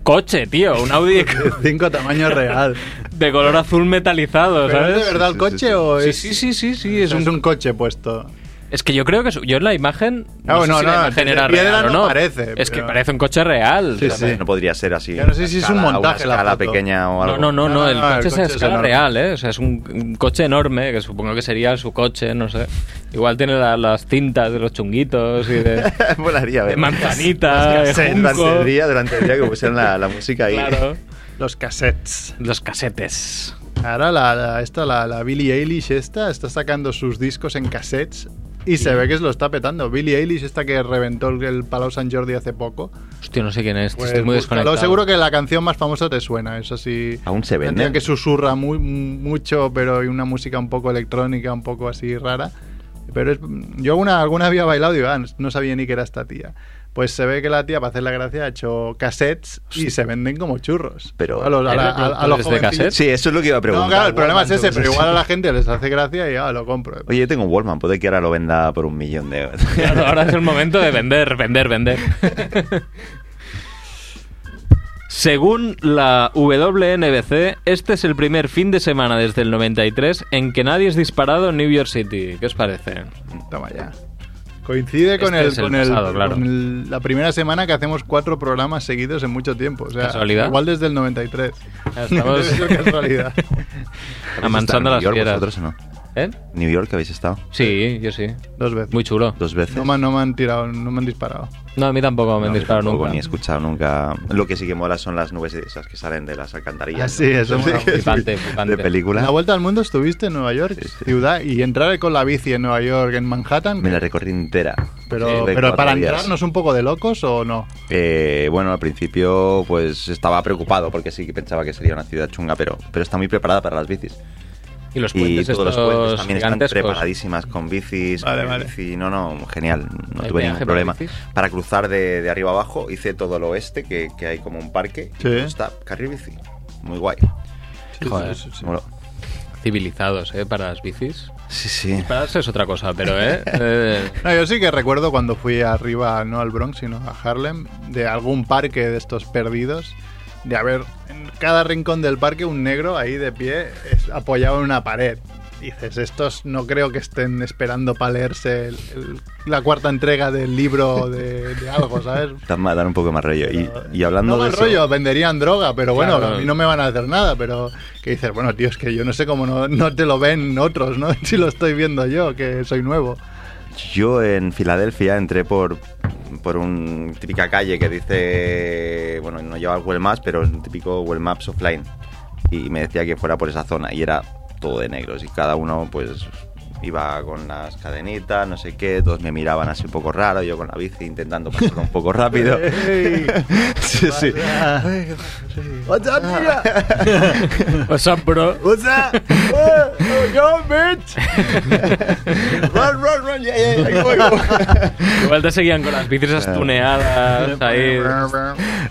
S1: coche, tío, un Audi
S2: Cinco tamaños real.
S1: de color azul metalizado,
S2: ¿Pero ¿Es de
S1: ¿sabes?
S2: verdad
S3: Sí,
S2: el
S3: sí,
S2: coche
S3: sí.
S2: o
S1: Sí,
S2: es.?
S1: sí, sí, sí, sí,
S2: Es
S1: Es,
S2: un,
S1: un-
S2: coche puesto.
S1: es que yo creo que es- yo en la imagen.
S2: Ah,
S1: No, sé
S2: bueno,
S1: si la
S2: no,
S1: imagen
S2: de
S1: era
S2: piedra
S1: real o
S2: no
S1: no.
S2: parece,
S1: Es que
S2: pero-
S1: parece un coche real.
S2: Sí,
S1: o sea,
S2: sí.
S3: No podría ser así.
S2: Yo no sé si es un
S3: escala,
S2: montaje
S3: una
S2: la
S3: escala
S2: foto.
S3: pequeña o
S1: No,
S3: algo.
S1: no, no,
S2: No,
S1: no,
S2: no,
S1: el
S2: no, el
S1: coche es a
S2: coche es
S1: escala
S2: enorme.
S1: real, ¿eh? O sea, es un, un coche enorme, que supongo que sería su coche, no sé. Igual tiene la- las cintas de los chunguitos y de,
S3: Molaría,
S1: de
S3: ver.
S1: manzanita, de
S3: Sí, Durante
S1: junco.
S3: el día, durante el día que pusieron la, la música ahí.
S1: Claro.
S2: Los cassettes.
S1: Los casetes.
S2: Ahora la, la- esta, la, la Billie Eilish esta, está sacando sus discos en cassettes y se ve que se lo está petando. Billie Eilish esta que reventó el, el Palau San Jordi hace poco.
S1: Hostia, no sé quién es,
S2: Pues
S1: estoy muy
S2: búscalo,
S1: desconectado.
S2: seguro que la canción más famosa te suena, eso sí.
S3: Aún se
S2: Una
S3: vende.
S2: tía que susurra muy, mucho, pero hay una música un poco electrónica, un poco así rara. Pero es, yo alguna, alguna había bailado y digo, ah, no sabía ni que era esta tía. Pues se ve que la tía, para hacer la gracia, ha hecho cassettes y se venden como churros.
S3: Pero-
S2: a los, a la- a- a los
S1: ¿Reproductores de
S2: jovencillos.
S1: cassette?
S3: Sí, eso es lo que iba a preguntar.
S2: No, claro, el problema es ese,
S3: Walkman,
S2: pero
S3: sí.
S2: igual a la gente les hace gracia y ah, lo compro.
S3: Oye, yo tengo un Wallman, puede que ahora lo venda por un millón de euros.
S1: Claro, ahora es el momento de vender, vender, vender. Según la WNBC, este es el primer fin de semana desde el 93 en que nadie es disparado en New York City. ¿Qué os parece?
S2: Toma ya. Coincide con,
S1: Este
S2: el,
S1: es el
S2: con, el-
S1: pasado, claro.
S2: con el- la primera semana que hacemos cuatro programas seguidos en mucho tiempo. O sea,
S1: ¿Casualidad?
S2: igual desde el 93.
S1: Estamos-
S2: Debe ser casualidad.
S1: Amansando
S3: ¿Habéis estado
S1: las
S3: en New York
S1: piedras.
S3: vosotros o no?
S1: ¿Eh?
S3: ¿New York habéis estado?
S1: Sí, yo sí.
S2: Dos veces.
S1: Muy chulo.
S3: ¿Dos veces?
S2: No, me han- no me han tirado, no me han disparado.
S1: No, a mí tampoco me han
S3: No,
S1: disparado
S3: tampoco,
S1: nunca.
S3: Ni he escuchado nunca. Lo que sí que mola son las nubes esas que salen de las alcantarillas.
S2: Ah, sí, eso mola mucho.
S1: Flipante, flipante.
S3: De película.
S2: La vuelta al mundo estuviste en Nueva York,
S3: Sí, sí.
S2: ciudad, y entrar con la bici en Nueva York, en Manhattan.
S3: Me la recorrí entera.
S2: Pero,
S3: Estuve
S2: pero
S3: cuatro
S2: para
S3: días.
S2: entrarnos un poco de locos o no.
S3: Eh, bueno, al principio pues estaba preocupado porque sí que pensaba que sería una ciudad chunga, pero, pero está muy preparada para las bicis.
S1: Y los
S3: y
S1: puentes
S3: todos los
S1: estos
S3: puentes también están
S1: gigantescos.
S3: preparadísimas con bicis.
S2: Vale,
S3: con
S2: vale.
S3: bici. No, no, genial. No
S1: ¿Hay
S3: tuve
S1: peaje
S3: ningún
S1: para
S3: problema.
S1: bicis?
S3: Para cruzar de, de arriba abajo hice todo el oeste, que, que hay como un parque.
S2: Sí.
S3: y Está carril bici. Muy guay.
S1: Joder.
S3: Moló.
S1: Civilizados, ¿eh? Para las bicis.
S3: Sí, sí.
S1: Dispararse es otra cosa, pero, ¿eh? eh
S2: No, yo sí que recuerdo cuando fui arriba, no al Bronx, sino a Harlem, de algún parque de estos perdidos, de haber en cada rincón del parque un negro ahí de pie es- apoyado en una pared. Dices, estos no creo que estén esperando para leerse el- el- la cuarta entrega del libro de, de algo, ¿sabes?
S3: Dan, dan un poco más rollo. Y, y hablando
S2: no
S3: de
S2: mal
S3: eso-
S2: rollo, venderían droga, pero bueno,
S1: Claro.
S2: a mí no me van a hacer nada, pero que dices, bueno, tío, es que yo no sé cómo no, no te lo ven otros, ¿no? Si lo estoy viendo yo, que soy nuevo.
S3: Yo en Filadelfia entré por, por un típica calle que dice, bueno, no lleva Google Maps, pero es un típico Google Maps offline. Y me decía que fuera por esa zona y era todo de negros y cada uno pues iba con las cadenitas, no sé qué, todos me miraban así un poco raro, yo con la bici intentando pasar un poco rápido.
S2: ¡Ey!
S3: sí, sí.
S2: Ah.
S3: ¡What's up, tío?
S1: o sea, bro,
S3: ¡What's up? ¡Go, bitch! ¡Run, run, run! Yeah, yeah, ahí voy,
S1: Igual te seguían con las bicis astuneadas ahí.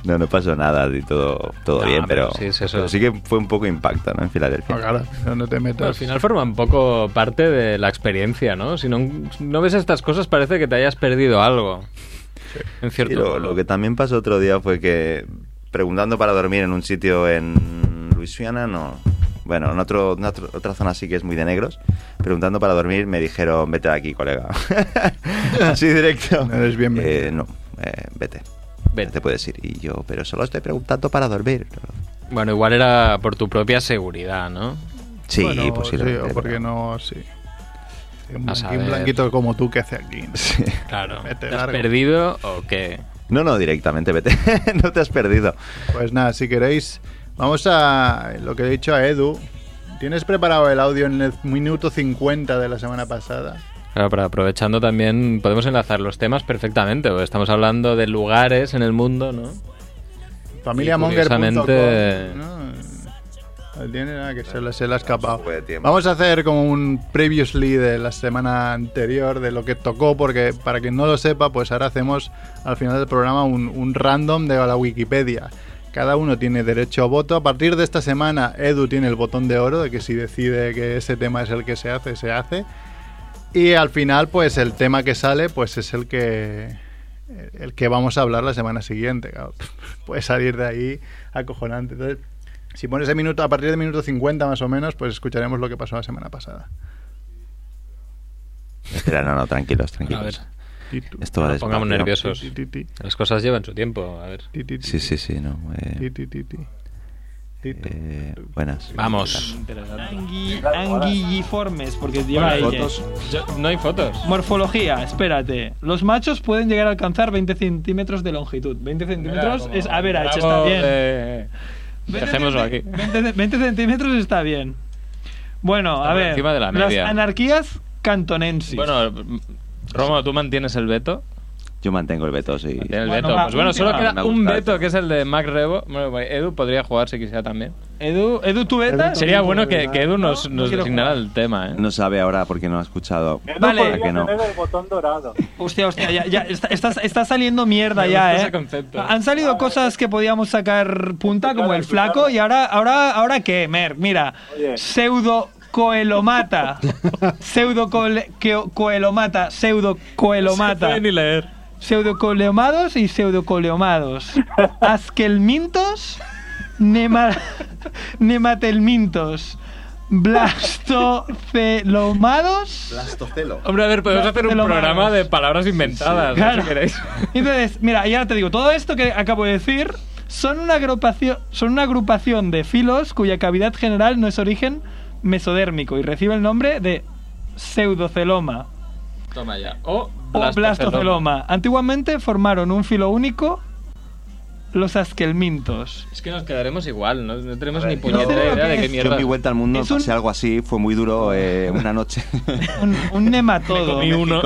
S3: No, no pasó nada, y todo, todo
S1: No,
S3: bien,
S1: pero
S3: pero,
S1: sí, es eso.
S3: pero sí que fue un poco impacto, ¿no? En Filadelfia.
S2: No, claro, no, no te metas.
S1: Al final forma un poco parte de la experiencia, ¿no? Si no, no ves estas cosas parece que te hayas perdido algo. En cierto
S3: Y lo,
S1: modo.
S3: lo que también pasó otro día fue que preguntando para dormir en un sitio en Luisiana, no. Bueno, en otro, en otro- otra zona sí que es muy de negros. Preguntando para dormir me dijeron, vete de aquí, colega. Así directo.
S2: No eres bienvenido.
S3: Eh, no, eh, vete.
S1: Vete.
S3: Te puedes ir. Y yo, pero solo estoy preguntando para dormir.
S1: Bueno, igual era por tu propia seguridad, ¿no?
S3: Sí,
S2: Bueno,
S3: posiblemente.
S2: Sí, o porque
S3: pero-
S2: no, sí. Sí, Un
S1: A
S2: blanqui-
S1: saber.
S2: un blanquito como tú que hace aquí.
S3: Sí.
S1: Claro. ¿Te
S2: Vete
S1: has
S2: largo.
S1: perdido o qué?
S3: No, no, directamente, vete. no te has perdido.
S2: Pues nada, si queréis, vamos a lo que le he dicho a Edu. ¿Tienes preparado el audio en el minuto 50 de la semana pasada?
S1: Claro, pero aprovechando también podemos enlazar los temas perfectamente, porque estamos hablando de lugares en el mundo, ¿no?
S2: FamiliaMonger.com.
S1: curiosamente-
S2: No, no tiene nada que se le, se le ha escapado.
S3: fue de tiempo.
S2: Vamos a hacer como un previously de la semana anterior, de lo que tocó, porque para quien no lo sepa, pues ahora hacemos al final del programa un, un random de la Wikipedia. Cada uno tiene derecho a voto. A partir de esta semana, Edu tiene el botón de oro, de que si decide que ese tema es el que se hace, se hace. Y al final, pues el tema que sale, pues es el que el que vamos a hablar la semana siguiente. claro. Puede salir de ahí acojonante. Entonces, si pones el minuto, a partir del minuto 50 más o menos, pues escucharemos lo que pasó la semana pasada.
S3: Espera, no, no, tranquilos,
S1: A ver,
S3: tranquilos.
S2: Ti, tu,
S3: Esto va
S1: no
S3: despacio.
S1: pongamos
S3: ¿no?
S1: nerviosos.
S2: ti, ti, ti,
S1: las cosas llevan su tiempo. A ver.
S2: ti, ti, ti,
S3: Sí, sí, sí, no. eh,
S2: ti, ti, ti, ti. Ti, tu.
S3: eh, buenas.
S1: Vamos.
S5: Angui- anguilliformes, porque lleva
S1: Vale,
S5: ella.
S1: fotos. Yo- no hay fotos.
S5: Morfología, espérate. Los machos pueden llegar a alcanzar 20 centímetros de longitud. 20 centímetros es a ver, H, está bien.
S1: dejémoslo eh, aquí.
S5: 20, ce- 20 centímetros está bien. Bueno,
S1: Está
S5: a
S1: por
S5: ver.
S1: encima de la
S5: las
S1: media.
S5: anarquías cantonenses.
S1: Bueno, Romo, ¿tú mantienes el veto?
S3: Yo mantengo el veto, sí.
S1: Mantienes el
S5: Bueno,
S1: veto.
S5: va,
S1: Pues bueno,
S5: un
S1: solo
S5: tema.
S1: queda
S3: Me ha
S1: un
S3: gustado.
S1: veto, que es el de Mac Rebo. Bueno, bueno, Edu podría jugar si quisiera también.
S5: Edu, Edu, ¿tú vetas?
S1: Sería bueno que, que Edu
S5: No,
S1: nos,
S5: no
S1: nos
S5: quiero
S1: designara
S5: jugar.
S1: el tema, ¿eh?
S3: No sabe ahora porque no ha escuchado.
S5: Vale.
S3: que no.
S6: el botón dorado.
S5: Hostia, hostia, ya, ya está, está, está saliendo mierda
S1: Me
S5: ya,
S1: gusta
S5: eh.
S1: ese concepto.
S5: Han salido cosas que podíamos sacar punta, como el flaco, y ahora, ahora, ahora qué, Mer, mira,
S6: Oye.
S5: pseudo coelomata, pseudo coel- queo- coelomata, pseudo coelomata,
S1: ni leer.
S5: pseudo coleomados y pseudo coleomados, asquelmintos, nema- nematelmintos, blastocelomados.
S3: Blastocelo.
S1: Hombre, a ver, podemos hacer un
S5: Te lo
S1: programa
S5: manos.
S1: de palabras inventadas, ¿no?
S5: Claro.
S1: si queréis.
S5: Entonces, mira, y ahora te digo, todo esto que acabo de decir son una agrupación, son una agrupación de filos cuya cavidad general no es origen mesodérmico y recibe el nombre de pseudoceloma
S1: Toma ya. O
S5: o blastoceloma. Antiguamente formaron un filo único los asquelmintos.
S1: Es que nos quedaremos igual, no, no tenemos
S3: A
S1: ni
S3: ver, yo-
S1: puñetera
S5: No sé lo
S1: idea
S5: que
S1: de qué
S5: es.
S1: mierda.
S3: Yo en mi vuelta al mundo
S5: Es un-
S3: pasé algo así, fue muy duro eh, una noche.
S5: Un, un nematodo.
S1: comí uno.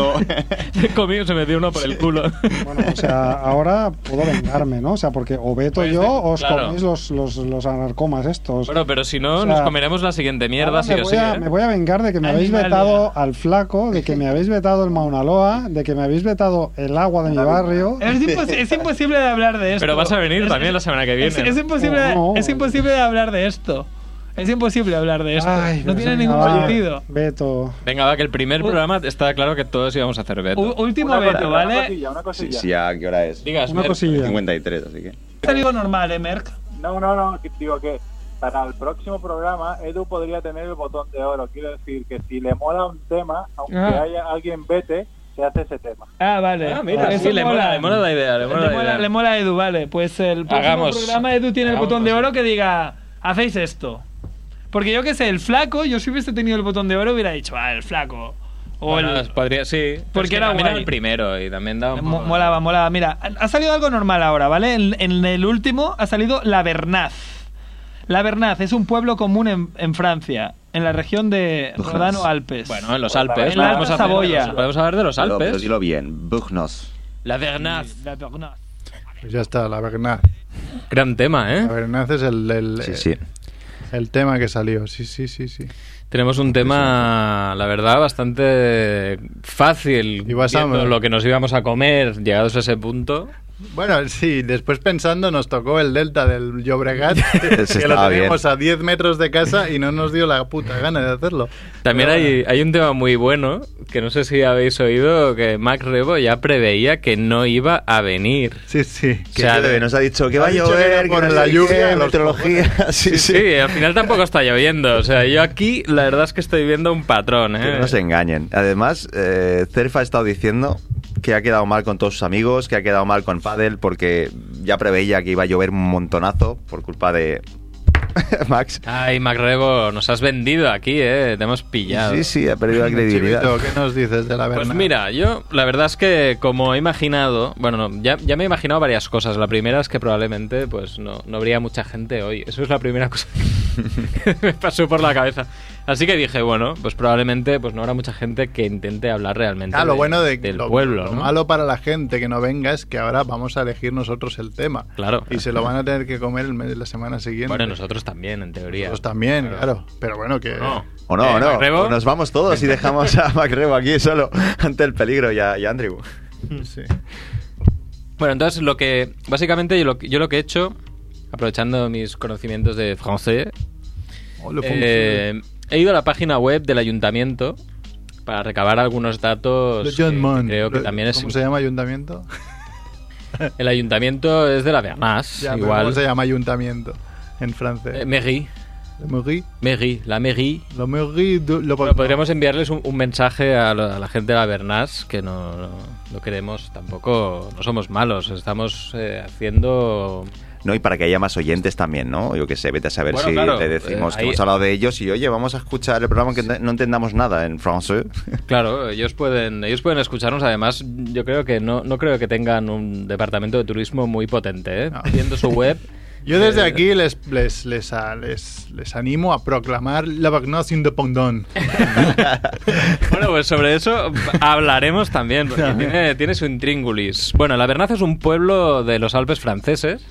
S1: Me comí, se metió uno por el culo.
S7: Bueno, o sea, ahora puedo vengarme, ¿no? O sea, porque o veto
S1: Pues,
S7: yo o os
S1: claro.
S7: coméis los, los, los anarcomas estos.
S1: bueno, pero si no,
S7: O sea,
S1: nos comeremos la siguiente mierda,
S7: Ahora
S1: sí
S7: me,
S1: o
S7: voy
S1: sí.
S7: a,
S1: ¿eh?
S7: me voy a vengar de que me habéis
S5: Animalia.
S7: vetado al flaco, de que me habéis vetado el Mauna Loa, de que me habéis vetado el agua de mi barrio.
S5: Es, impos- es imposible de hablar de esto.
S1: Pero vas a venir
S5: Es-
S1: también la semana que
S5: Es,
S1: viene.
S5: es imposible,
S7: No.
S5: es imposible de hablar de esto. Es imposible hablar de esto.
S7: Ay,
S5: no
S7: pues
S5: tiene
S7: venga,
S5: ningún
S7: va,
S5: sentido.
S7: Veto.
S1: Venga, va, que el primer
S5: U-
S1: programa está claro que todos íbamos a hacer veto.
S5: U- último
S6: Una
S5: veto,
S6: cosilla, Una
S5: ¿vale?
S6: cosilla, una
S3: Sí,
S6: cosilla.
S3: sí, ¿a qué hora es?
S1: Digas,
S7: Una
S1: Mer,
S7: cosilla.
S3: 53, así que.
S5: Ha salido normal, ¿eh, Merck?
S6: No, no, no, que- digo que para el próximo programa Edu podría tener el botón de oro. Quiero decir que si le mola un tema, aunque
S5: Ah.
S6: haya alguien vete, se hace ese tema.
S5: Ah, vale.
S1: Ah, mira,
S5: Eso
S1: sí, le mola, le mola la idea, le
S5: Le
S1: mola
S5: mola,
S1: la idea.
S5: le mola a Edu, vale. Pues el próximo
S1: Hagamos-
S5: programa Edu tiene el
S1: hagamos
S5: botón de
S1: así.
S5: oro que diga, hacéis esto. Porque yo que sé, el flaco, yo si hubiese tenido el botón de oro hubiera dicho, ah, el flaco. O
S1: Bueno,
S5: el...
S1: podría, sí. Pero
S5: Porque
S1: es que
S5: era
S1: también
S5: guay.
S1: el primero y también da un
S5: Mo-
S1: poco-
S5: Molaba, molaba. Mira, ha- ha salido algo normal ahora, ¿vale? En, en el último ha salido La Bernaz. La Bernaz es un pueblo común en, en Francia, en la región de
S3: Ojalá.
S5: Rodano-Alpes.
S1: Bueno, en los
S6: Pues la
S1: Alpes.
S5: verdad,
S1: podemos hacer-
S5: Saboya.
S1: Podemos hablar de los
S3: Pero, pero
S1: Alpes.
S3: dilo bien, Bugnos.
S1: La Vernaz.
S5: La Bernaz.
S2: Pues ya está, la Bernaz.
S1: Gran tema, ¿eh?
S2: La Bernaz es el, eh, el,
S3: Sí, sí.
S2: el tema que salió. Sí, sí, sí, sí.
S1: Tenemos un tema, la verdad, bastante fácil.
S2: Y vas a-
S1: viendo lo que nos íbamos a comer, llegados a ese punto.
S2: Bueno, sí, después pensando nos tocó el delta del Llobregat, que lo
S3: estaba bien.
S2: teníamos a 10 metros de casa y no nos dio la puta gana de hacerlo.
S1: También
S2: Pero
S1: hay, hay un tema muy bueno, que no sé si habéis oído, que Mac Rebo ya preveía que no iba a venir.
S2: Sí, sí.
S3: Que
S1: O sea,
S3: llueve, nos ha dicho que
S2: ha
S3: va a
S2: dicho que era
S3: llover,
S2: por
S3: no sé
S2: la
S3: qué,
S2: lluvia, los
S3: meteorología. Sí, sí.
S1: Sí, al final tampoco está lloviendo. O sea, yo aquí la verdad es que estoy viendo un patrón,
S3: Que
S1: ¿eh?
S3: no nos engañen. Además, eh, Cerfa ha estado diciendo que ha quedado mal con todos sus amigos, que ha quedado mal con Padel, porque ya preveía que iba a llover un montonazo por culpa de Max.
S1: Ay, Mac Rebo, nos has vendido aquí, ¿eh? Te hemos pillado.
S3: Sí, sí, ha perdido la credibilidad.
S2: Chivito, ¿qué nos dices de la verdad?
S1: Pues mira, yo la verdad es que como he imaginado, bueno, no, ya, ya me he imaginado varias cosas. La primera es que probablemente pues no, no habría mucha gente hoy. Eso es la primera cosa que me pasó por la cabeza. Así que dije, bueno, pues probablemente pues no habrá mucha gente que intente hablar realmente
S2: Ah, lo
S1: de-
S2: bueno de,
S1: del
S2: lo-
S1: pueblo,
S2: lo
S1: ¿no?
S2: malo para la gente que no venga es que ahora vamos a elegir nosotros el tema.
S1: Claro.
S2: Y se lo van a tener que comer el mes- la semana siguiente.
S1: Bueno, nosotros también, en teoría.
S2: Nosotros también, claro. Pero bueno, que...
S1: No.
S3: O no,
S1: Eh,
S3: o no.
S1: Macrebo.
S3: O nos vamos todos y dejamos a Macrebo aquí solo ante el peligro y a, y a Andrew.
S2: Sí.
S1: Bueno, entonces lo que básicamente yo lo, que- yo lo que he hecho, aprovechando mis conocimientos de francés,
S2: Oh, lo
S1: Eh, he ido a la página web del ayuntamiento para recabar algunos datos.
S2: Le John
S1: que
S2: Mon.
S1: pues, eh, creo que
S2: Lo-
S1: también es.
S2: ¿Cómo se llama ayuntamiento?
S1: El ayuntamiento es de la Bernas,
S2: Ya, pero
S1: igual.
S2: ¿Cómo se llama ayuntamiento en francés?
S1: Eh, mairie,
S2: ¿La mairie?
S1: mairie, la mairie.
S2: La mairie de- lo-
S1: Bueno, podríamos enviarles un, un mensaje a la, a la gente de la Bernas que no, no, no queremos tampoco, no somos malos, estamos eh, haciendo
S3: No, y para que haya más oyentes también, ¿no? Yo qué sé, vete a saber
S1: Bueno,
S3: si
S1: claro,
S3: le decimos
S1: eh,
S3: que
S1: ahí-
S3: hemos hablado de ellos y oye, vamos a escuchar el programa que no entendamos nada en francés.
S1: Claro, ellos pueden, ellos pueden escucharnos. Además, yo creo que no, no creo que tengan un departamento de turismo muy potente. ¿eh?
S2: No.
S1: Viendo su web.
S2: Yo desde
S1: eh,
S2: aquí les, les, les, a- les, les animo a proclamar la vacunación independent.
S1: Bueno, pues sobre eso hablaremos también, porque tiene, tiene su intríngulis. Bueno, La Bernaza es un pueblo de los Alpes franceses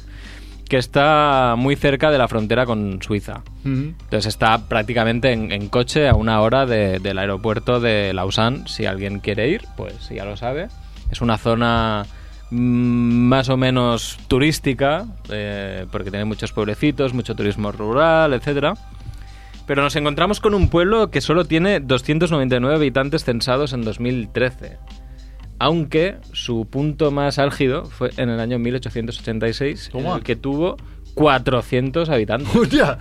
S1: que está muy cerca de la frontera con Suiza.
S2: Ujú.
S1: Entonces está prácticamente en, en coche a una hora de- del aeropuerto de Lausanne. Si alguien quiere ir, pues ya lo sabe. Es una zona mm, más o menos turística, eh, porque tiene muchos pueblecitos, mucho turismo rural, etcétera. Pero nos encontramos con un pueblo que solo tiene 299 habitantes censados en 2013. Aunque su punto más álgido fue en el año 1886, en
S2: Toma.
S1: el que tuvo 400 habitantes.
S2: ¡Hostia!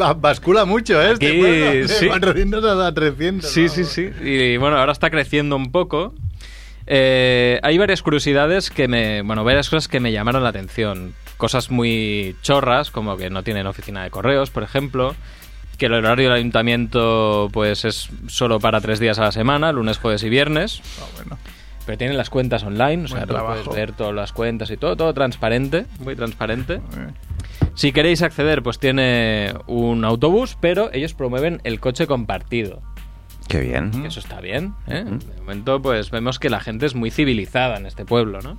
S2: Va- Bascula mucho, ¿eh? Este
S1: Aquí,
S2: pueblo.
S1: sí.
S2: De 400 a 300.
S1: Sí,
S2: vamos.
S1: sí, sí. Y bueno, ahora está creciendo un poco. Eh, hay varias curiosidades que me. Bueno, varias cosas que me llamaron la atención. Cosas muy chorras, como que no tienen oficina de correos, por ejemplo. Que el horario del ayuntamiento, pues, es solo para tres días a la semana, lunes, jueves y viernes.
S2: Ah, bueno.
S1: Pero tienen las cuentas online, o sea,
S2: Buen
S1: tú
S2: trabajo.
S1: puedes ver todas las cuentas y todo, todo transparente, muy transparente.
S2: Muy bien.
S1: Si queréis acceder, pues tiene un autobús, pero ellos promueven el coche compartido.
S3: Qué bien.
S1: Que eso está bien. ¿eh?
S3: Ujú.
S1: De momento, pues vemos que la gente es muy civilizada en este pueblo, ¿no?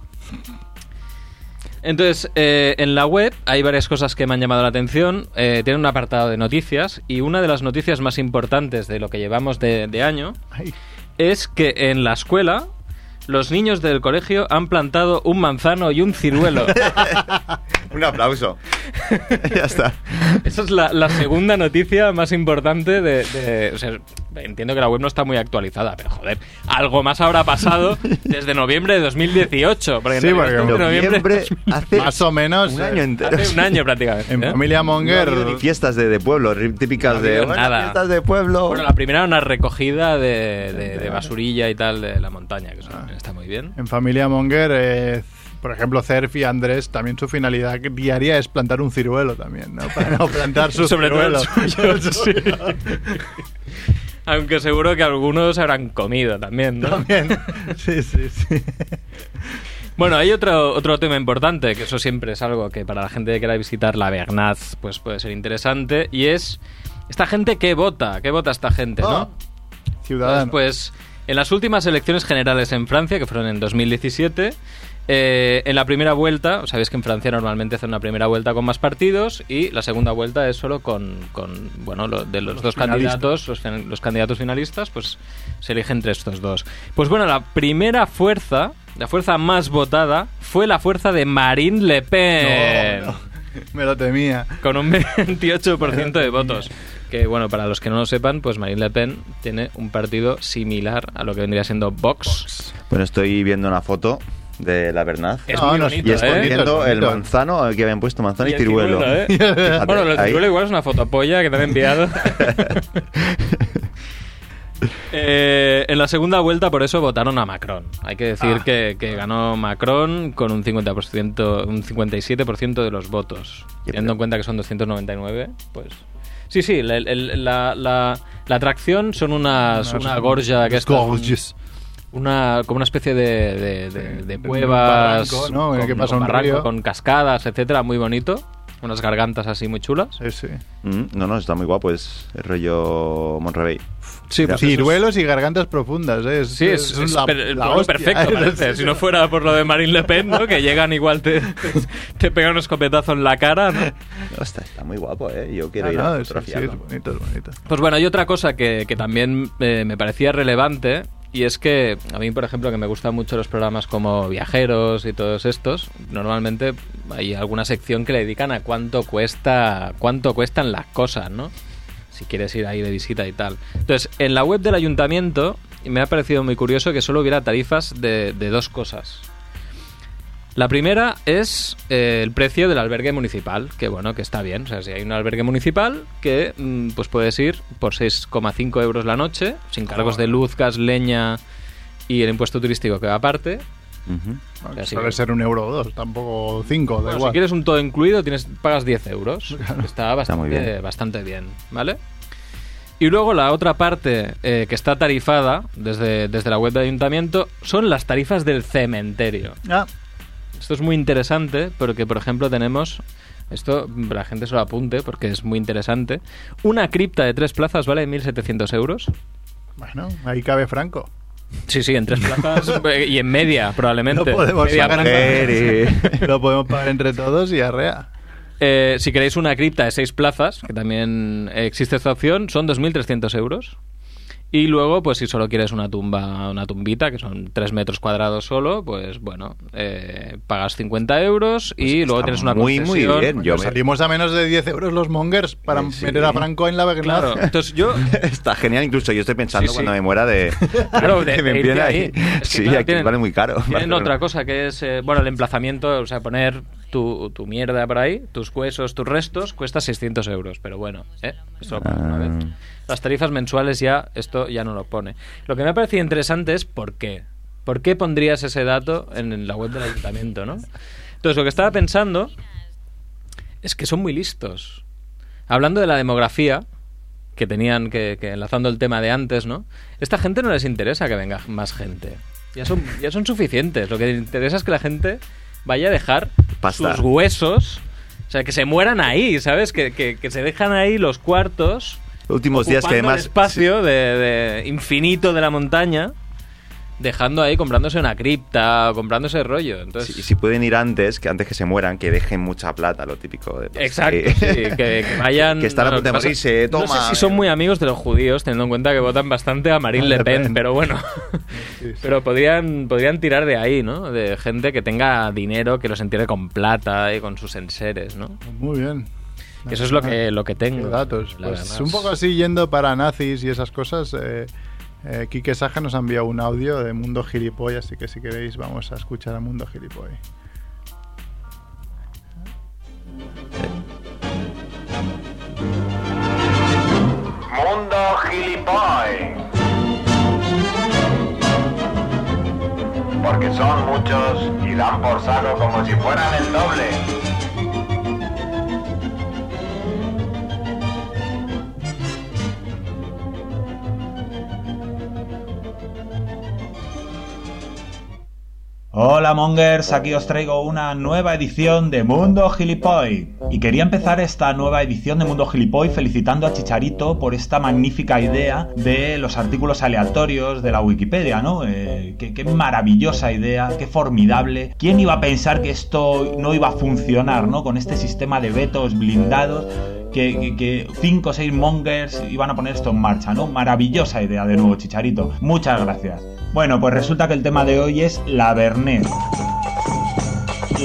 S1: Entonces, eh, en la web hay varias cosas que me han llamado la atención. Eh, tiene un apartado de noticias y una de las noticias más importantes de lo que llevamos de, de año
S2: Ay,
S1: es que en la escuela los niños del colegio han plantado un manzano y un ciruelo.
S3: Un aplauso. ya está.
S1: Esa es la, la segunda noticia más importante de... de- o sea, entiendo que la web no está muy actualizada, pero joder, algo más habrá pasado desde noviembre de 2018. Porque en
S2: Sí,
S1: realidad
S2: porque
S1: estamos en
S3: Noviembre hace
S2: Más o menos.
S3: un año
S2: eh,
S3: entero.
S1: hace un año prácticamente.
S2: En
S1: ¿eh?
S2: familia
S3: No
S2: Monger.
S3: ha habido ni fiestas de, de pueblo, ri- típicas
S1: No ha
S3: de
S1: habido
S3: bueno,
S1: nada.
S3: fiestas de pueblo.
S1: Bueno, la primera era una recogida de, de- de basurilla y tal de la montaña, que eso
S2: Ah.
S1: está muy bien.
S2: En familia Monger, eh, por ejemplo, Cerf y Andrés, también su finalidad diaria es plantar un ciruelo también, ¿no? Para no plantar su
S1: Sobre todo el
S2: ciruelo.
S1: suyo, sí. Aunque seguro que algunos habrán comido también, ¿no?
S2: También. Sí, sí, sí.
S1: Bueno, hay otro, otro tema importante, que eso siempre es algo que para la gente que quiera visitar la Bernaz pues puede ser interesante, y es esta gente que vota, que vota esta gente,
S2: Ah.
S1: ¿no?
S2: Ciudadano.
S1: pues, Entonces, pues en las últimas elecciones generales en Francia, que fueron en 2017, Eh, en la primera vuelta, sabéis que en Francia normalmente hacen una primera vuelta con más partidos y la segunda vuelta es solo con, con, bueno, lo- de los, dos candidatos, los, fin- los candidatos finalistas, pues se elige entre estos dos. Pues bueno, la primera fuerza, la fuerza más votada, fue la fuerza de Marine Le Pen
S2: No, no,
S1: eh,
S2: me lo temía.
S1: con un 28% de votos. Que bueno, para los que no lo sepan, pues Marine Le Pen tiene un partido similar a lo que vendría siendo Vox.
S3: Bueno, estoy viendo una foto de la Bernaz.
S1: Es
S2: No,
S1: muy
S2: no,
S1: bonito,
S3: Y estoy
S1: ¿eh?
S3: viendo
S2: Es
S3: el
S2: bonito.
S3: manzano que habían puesto, manzano y,
S1: Y el
S3: ciruelo.
S1: ciruelo, ¿eh?
S3: Fíjate,
S1: Bueno, lo del
S3: ahí.
S1: ciruelo igual es una fotopolla que te han enviado. Eh, en la segunda vuelta, por eso votaron a Macron. Hay que decir que, que ganó Macron con un 50%, un 57% de los votos.
S3: Qué
S1: Teniendo en cuenta que son 299, pues. Sí, sí, el- el- la, la- la atracción son unas,
S2: Unas-
S1: una gorja que es
S2: Gorges.
S1: una como una especie de, de, de-
S2: Sí,
S1: de
S2: de
S1: cuevas
S2: barranco, ¿no? En el que pasa un
S1: barranco,
S2: río.
S1: con cascadas etcétera muy bonito unas gargantas así muy chulas
S2: Sí, sí.
S3: Mm, No, no, está muy guapo, es el rollo Monterrey.
S2: Sí,
S3: Mira,
S2: pues ciruelos y gargantas profundas, ¿eh? Es,
S1: Sí, es,
S2: un
S1: es
S2: la-
S1: per- el
S2: la
S1: pueblo
S2: hostia. ¿eh?
S1: perfecto, parece. Si no fuera por lo de Marine Le Pen, ¿no? Que llegan igual, te, te, te pegan un escopetazo en la cara, ¿no?
S3: Hostia, está muy guapo, ¿eh? Yo
S2: No,
S3: quiero ir
S2: Ah, no,
S3: a
S2: sí, sí,
S3: fotografiarlo.
S2: es bonito, es bonito.
S1: Pues bueno, hay otra cosa que, que también eh, me parecía relevante y es que a mí, por ejemplo, que me gustan mucho los programas como Viajeros y todos estos, normalmente hay alguna sección que le dedican a cuánto cuesta, cuánto cuestan las cosas, ¿no? Si quieres ir ahí de visita y tal. Entonces, en la web del ayuntamiento me ha parecido muy curioso que solo hubiera tarifas de, de dos cosas. La primera es eh, el precio del albergue municipal, que bueno, que está bien. O sea, si hay un albergue municipal, que mm, pues puedes ir por 6,5 euros la noche, sin cargos de luz, gas, leña y el impuesto turístico que va aparte.
S3: Ujú.
S2: No,
S1: Pero sí.
S2: suele ser un euro o dos, tampoco cinco, da
S1: Bueno, si
S2: igual.
S1: quieres un todo incluido, tienes, pagas 10 euros. que Está bastante,
S3: muy bien.
S1: bastante bien, ¿vale? Y luego la otra parte eh, que está tarifada desde, desde la web del ayuntamiento son las tarifas del cementerio.
S2: Ah,
S1: Esto es muy interesante porque, por ejemplo, tenemos, esto mm, la gente se lo apunte porque es muy interesante, una cripta de tres plazas vale 1.700 euros.
S2: bueno, ahí cabe Franco.
S1: Sí, sí, en tres plazas eh, y en media
S2: Lo
S1: probablemente.
S2: podemos,
S1: Media
S2: pagar,
S1: planta.
S3: Geri.
S2: lo podemos pagar entre todos y arrea.
S1: Eh, si queréis una cripta de seis plazas, que también existe esta opción, son 2.300 euros. Y luego, pues si solo quieres una tumba, una tumbita, que son 3 metros cuadrados solo, pues bueno, eh, pagas 50 euros y
S3: Pues
S1: luego
S3: está
S1: tienes una
S3: muy, muy
S1: concesión.
S3: bien. Yo
S2: Bueno,
S3: me-
S2: salimos a menos de 10 euros los mongers para
S3: Sí, sí.
S2: meter a Franco en la Bernaz.
S1: Claro, entonces yo
S3: Está genial, incluso yo estoy pensando
S1: Sí, sí.
S3: cuando me muera de.
S1: Claro, de-
S3: que me
S1: de
S3: envíen
S1: irte
S3: ahí.
S1: ahí. Es que,
S3: sí,
S1: claro,
S3: aquí
S1: tienen-
S3: vale muy caro.
S1: Tienen
S3: Vale,
S1: otra
S3: bueno.
S1: cosa que es, eh, bueno, el emplazamiento, o sea, poner tu, tu mierda por ahí, tus huesos, tus restos, cuesta 600 euros, pero bueno, ¿eh? Esto lo pones una
S3: Ah.
S1: vez. Las tarifas mensuales ya, esto ya no lo pone. Lo que me ha parecido interesante es por qué. ¿Por qué pondrías ese dato en, en la web del ayuntamiento, no? Entonces, lo que estaba pensando es que son muy listos. Hablando de la demografía, que tenían que, que enlazando el tema de antes, ¿no? Esta gente no les interesa que venga más gente. Ya son, ya son suficientes. Lo que les interesa es que la gente vaya a dejar
S3: Pasta.
S1: sus huesos. O sea, que se mueran ahí, ¿sabes? Que, que- que se dejan ahí los cuartos.
S3: Últimos días Pues que
S1: ocupando el
S3: además.
S1: espacio de, de infinito de la montaña. Dejando ahí, comprándose una cripta, comprándose rollo. Entonces,
S3: Si, si pueden ir antes, que antes que se mueran, que dejen mucha plata, lo típico. de- pues,
S1: Exacto,
S3: que-
S1: sí, que, que vayan.
S3: Que están a
S1: bueno,
S3: punto de
S1: pasa-
S2: eh,
S3: morirse, toma.
S1: No sé si son muy amigos de los judíos, teniendo en cuenta que votan bastante a Marine Le Pen, pero bueno. Pero podrían, podrían tirar de ahí, ¿no? De gente que tenga dinero, que los entierre con plata y con sus enseres, ¿no?
S2: Muy bien.
S1: Eso es lo que, lo que tengo.
S2: Ah, Qué datos.
S1: la
S2: Pues
S1: verdad.
S2: un poco así yendo para nazis y esas cosas. Eh, eh, Quique Saja nos ha enviado un audio de Mundo Gilipoy, así que si queréis vamos a escuchar a Mundo Gilipoy.
S8: Mundo Gilipoy. Porque son muchos y dan por saco como si fueran el doble.
S9: Hola Mongers, aquí os traigo una nueva edición de Mundo Gilipoy. Y quería empezar esta nueva edición de Mundo Gilipoy felicitando a Chicharito por esta magnífica idea de los artículos aleatorios de la Wikipedia, ¿no? Eh, qué, qué maravillosa idea, qué formidable. ¿Quién iba a pensar que esto no iba a funcionar, ¿no? Con este sistema de vetos blindados que, que- que cinco o seis mongers iban a poner esto en marcha, ¿no? Maravillosa idea de nuevo, Chicharito. Muchas gracias. Bueno, pues resulta que el tema de hoy es la Bernet.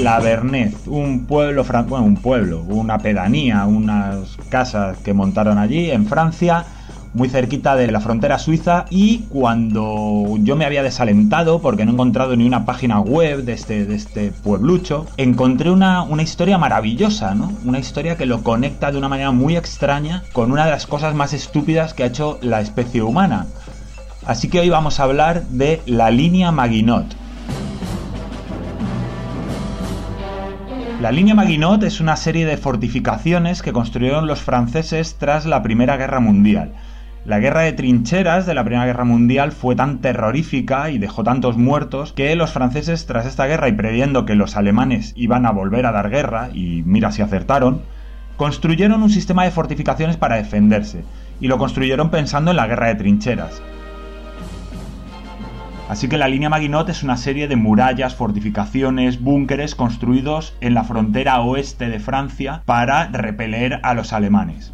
S9: La Bernet, un pueblo, fran- bueno, un pueblo, una pedanía, unas casas que montaron allí en Francia, muy cerquita de la frontera suiza. Y cuando yo me había desalentado, porque no he encontrado ni una página web de este, de este pueblucho, encontré una, una historia maravillosa, ¿no? Una historia que lo conecta de una manera muy extraña con una de las cosas más estúpidas que ha hecho la especie humana. Así que hoy vamos a hablar de la línea Maginot. La línea Maginot es una serie de fortificaciones que construyeron los franceses tras la Primera Guerra Mundial. La guerra de trincheras de la Primera Guerra Mundial fue tan terrorífica y dejó tantos muertos que los franceses tras esta guerra y previendo que los alemanes iban a volver a dar guerra, y mira si acertaron, construyeron un sistema de fortificaciones para defenderse, y lo construyeron pensando en la guerra de trincheras. Así que la línea Maginot es una serie de murallas, fortificaciones, búnkeres construidos en la frontera oeste de Francia para repeler a los alemanes.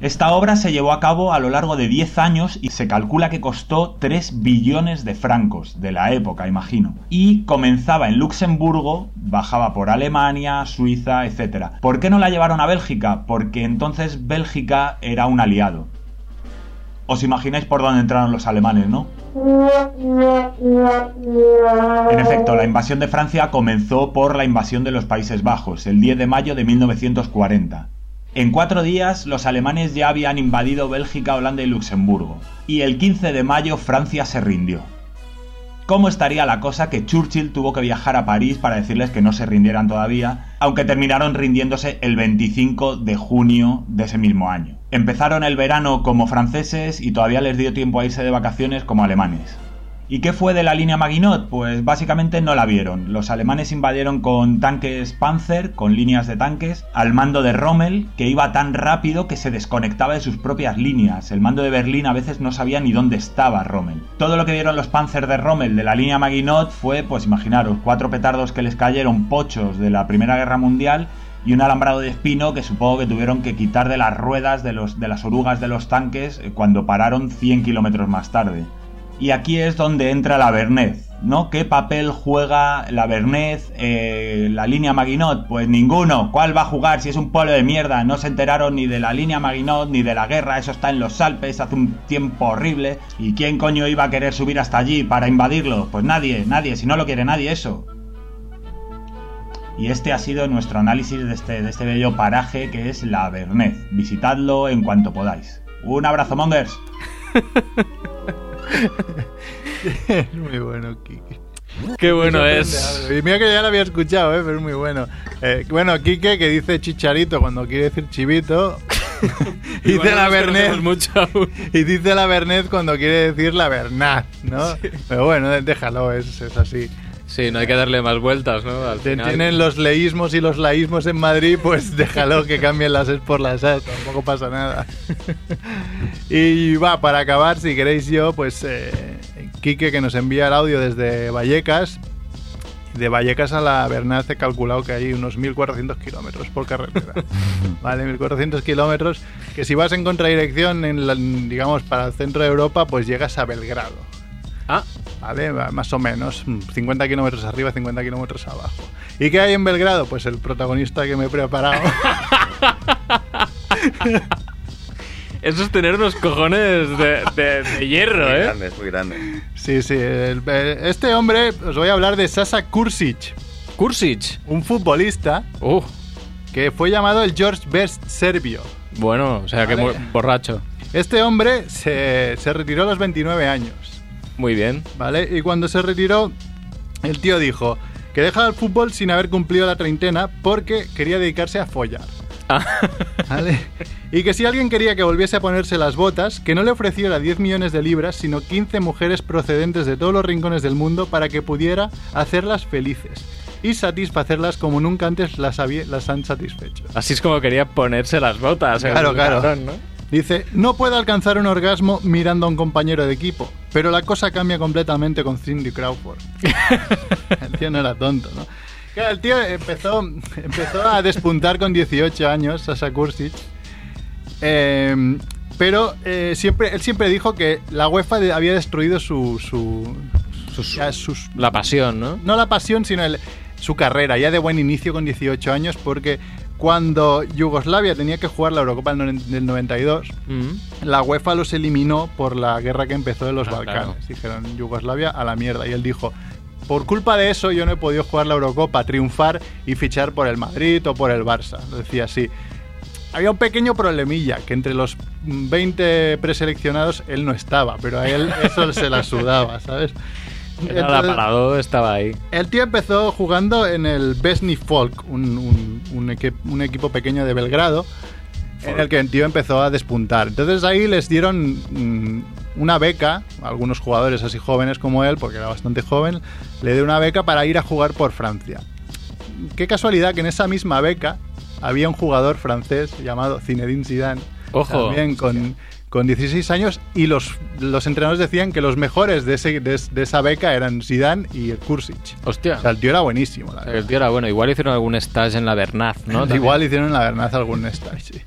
S9: Esta obra se llevó a cabo a lo largo de 10 años y se calcula que costó 3 billones de francos de la época, imagino. Y comenzaba en Luxemburgo, bajaba por Alemania, Suiza, etc. ¿Por qué no la llevaron a Bélgica? Porque entonces Bélgica era un aliado. Os imagináis por dónde entraron los alemanes, ¿no? En efecto, la invasión de Francia comenzó por la invasión de los Países Bajos, el 10 de mayo de 1940. En cuatro días, los alemanes ya habían invadido Bélgica, Holanda y Luxemburgo, y el 15 de mayo Francia se rindió. ¿Cómo estaría la cosa que Churchill tuvo que viajar a París para decirles que no se rindieran todavía, aunque terminaron rindiéndose el 25 de junio de ese mismo año? Empezaron el verano como franceses y todavía les dio tiempo a irse de vacaciones como alemanes. ¿Y qué fue de la línea Maginot? Pues básicamente no la vieron. Los alemanes invadieron con tanques Panzer, con líneas de tanques, al mando de Rommel, que iba tan rápido que se desconectaba de sus propias líneas. El mando de Berlín a veces no sabía ni dónde estaba Rommel. Todo lo que vieron los Panzer de Rommel de la línea Maginot fue, pues imaginaros, cuatro petardos que les cayeron pochos de la Primera Guerra Mundial y un alambrado de espino que supongo que tuvieron que quitar de las ruedas de, los, de las orugas de los tanques eh, cuando pararon 100 kilómetros más tarde. Y aquí es donde entra la Bernet, ¿no? ¿Qué papel juega la Bernet, eh, la línea Maginot? Pues ninguno. ¿Cuál va a jugar si es un pueblo de mierda? No se enteraron ni de la línea Maginot ni de la guerra. Eso está en los Alpes hace un tiempo horrible. ¿Y quién coño iba a querer subir hasta allí para invadirlo? Pues nadie, nadie. Si no lo quiere nadie, eso. Y este ha sido nuestro análisis de este, de este bello paraje que es la Bernet. Visitadlo en cuanto podáis. Un abrazo, Mongers.
S2: Es muy bueno, Kike.
S1: Qué bueno es.
S2: Y mira que ya lo había escuchado, ¿eh? pero es muy bueno. Eh, bueno, Quique, que dice chicharito cuando quiere decir chivito. dice
S1: Igual
S2: la
S1: nos
S2: Bernet.
S1: conocemos mucho aún.
S2: Y dice la Bernet cuando quiere decir la Bernat, ¿no? Pero bueno, déjalo, es, es así.
S1: Sí, no hay que darle más vueltas, ¿no? Al
S2: Te-
S1: final.
S2: Tienen los leísmos y los laísmos en Madrid, pues déjalo que cambien las es por las as, tampoco pasa nada. y va, para acabar, si queréis yo, pues eh, Quique que nos envía el audio desde Vallecas. De Vallecas a la Bernat he calculado que hay unos 1.400 kilómetros por carretera. vale, 1.400 kilómetros. Que si vas en contradirección, en la- digamos, para el centro de Europa, pues llegas a Belgrado.
S1: Ah,
S2: ¿vale? Va- Más o menos, mm, 50 kilómetros arriba, 50 kilómetros abajo. ¿Y qué hay en Belgrado? Pues el protagonista que me he preparado.
S1: eso es tener unos cojones de, de- de hierro,
S3: muy
S1: ¿eh?
S3: grande, es muy grande.
S2: sí, sí, el- eh, este hombre, os voy a hablar de Sasa Kursic,
S1: Kursic.
S2: un futbolista
S1: Uh,
S2: que fue llamado el George Best serbio.
S1: bueno, o sea que
S2: Vale.
S1: mu- borracho.
S2: Este hombre se, se retiró a los 29 años,
S1: Muy bien.
S2: ¿vale? Y cuando se retiró, el tío dijo que deja el fútbol sin haber cumplido la treintena porque quería dedicarse a follar. ¿Vale? Y que si alguien quería que volviese a ponerse las botas, que no le ofreciera 10 millones de libras, sino 15 mujeres procedentes de todos los rincones del mundo para que pudiera hacerlas felices y satisfacerlas como nunca antes las, había- las han satisfecho.
S1: Así es como quería ponerse las botas. el
S2: Claro, claro.
S1: cabrón, ¿no?
S2: Dice, no puedo alcanzar un orgasmo mirando a un compañero de equipo, pero la cosa cambia completamente con Cindy Crawford. El tío no era tonto, ¿no? Claro, el tío empezó, empezó a despuntar con 18 años, Sasha Kursic. Eh, pero eh, siempre, él siempre dijo que la UEFA de- había destruido su... su- ya sus-
S1: La pasión, ¿no?
S2: no la pasión, sino el- su carrera, ya de buen inicio con 18 años, porque cuando Yugoslavia tenía que jugar la Eurocopa del noven- del 92,
S1: Mm.
S2: la UEFA los eliminó por la guerra que empezó en los
S1: Ah,
S2: Balcanes.
S1: claro.
S2: Dijeron Yugoslavia a la mierda. Y él dijo, por culpa de eso yo no he podido jugar la Eurocopa, triunfar y fichar por el Madrid o por el Barça. Lo decía así. Había un pequeño problemilla, que entre los 20 preseleccionados él no estaba, pero a él eso se la sudaba, ¿sabes?
S1: Era el
S2: Entonces-
S1: aparador, estaba ahí.
S2: el tío empezó jugando en el Besni Folk, un, un- un equi- un equipo pequeño de Belgrado, en el que el tío empezó a despuntar. Entonces ahí les dieron mm, una beca, a algunos jugadores así jóvenes como él, porque era bastante joven, le dieron una beca para ir a jugar por Francia. Qué casualidad que en esa misma beca había un jugador francés llamado Zinedine Zidane,
S1: Ojo.
S2: también con, con 16 años, y los, los entrenadores decían que los mejores de, ese- de es- de esa beca eran Zidane y Kursic.
S1: Hostia.
S2: O sea, el tío era buenísimo, la
S1: O sea, que
S2: verdad.
S1: el tío era bueno. Igual hicieron algún stage en la Bernaz, ¿no? También.
S2: Igual hicieron en la verdad algún stage, sí.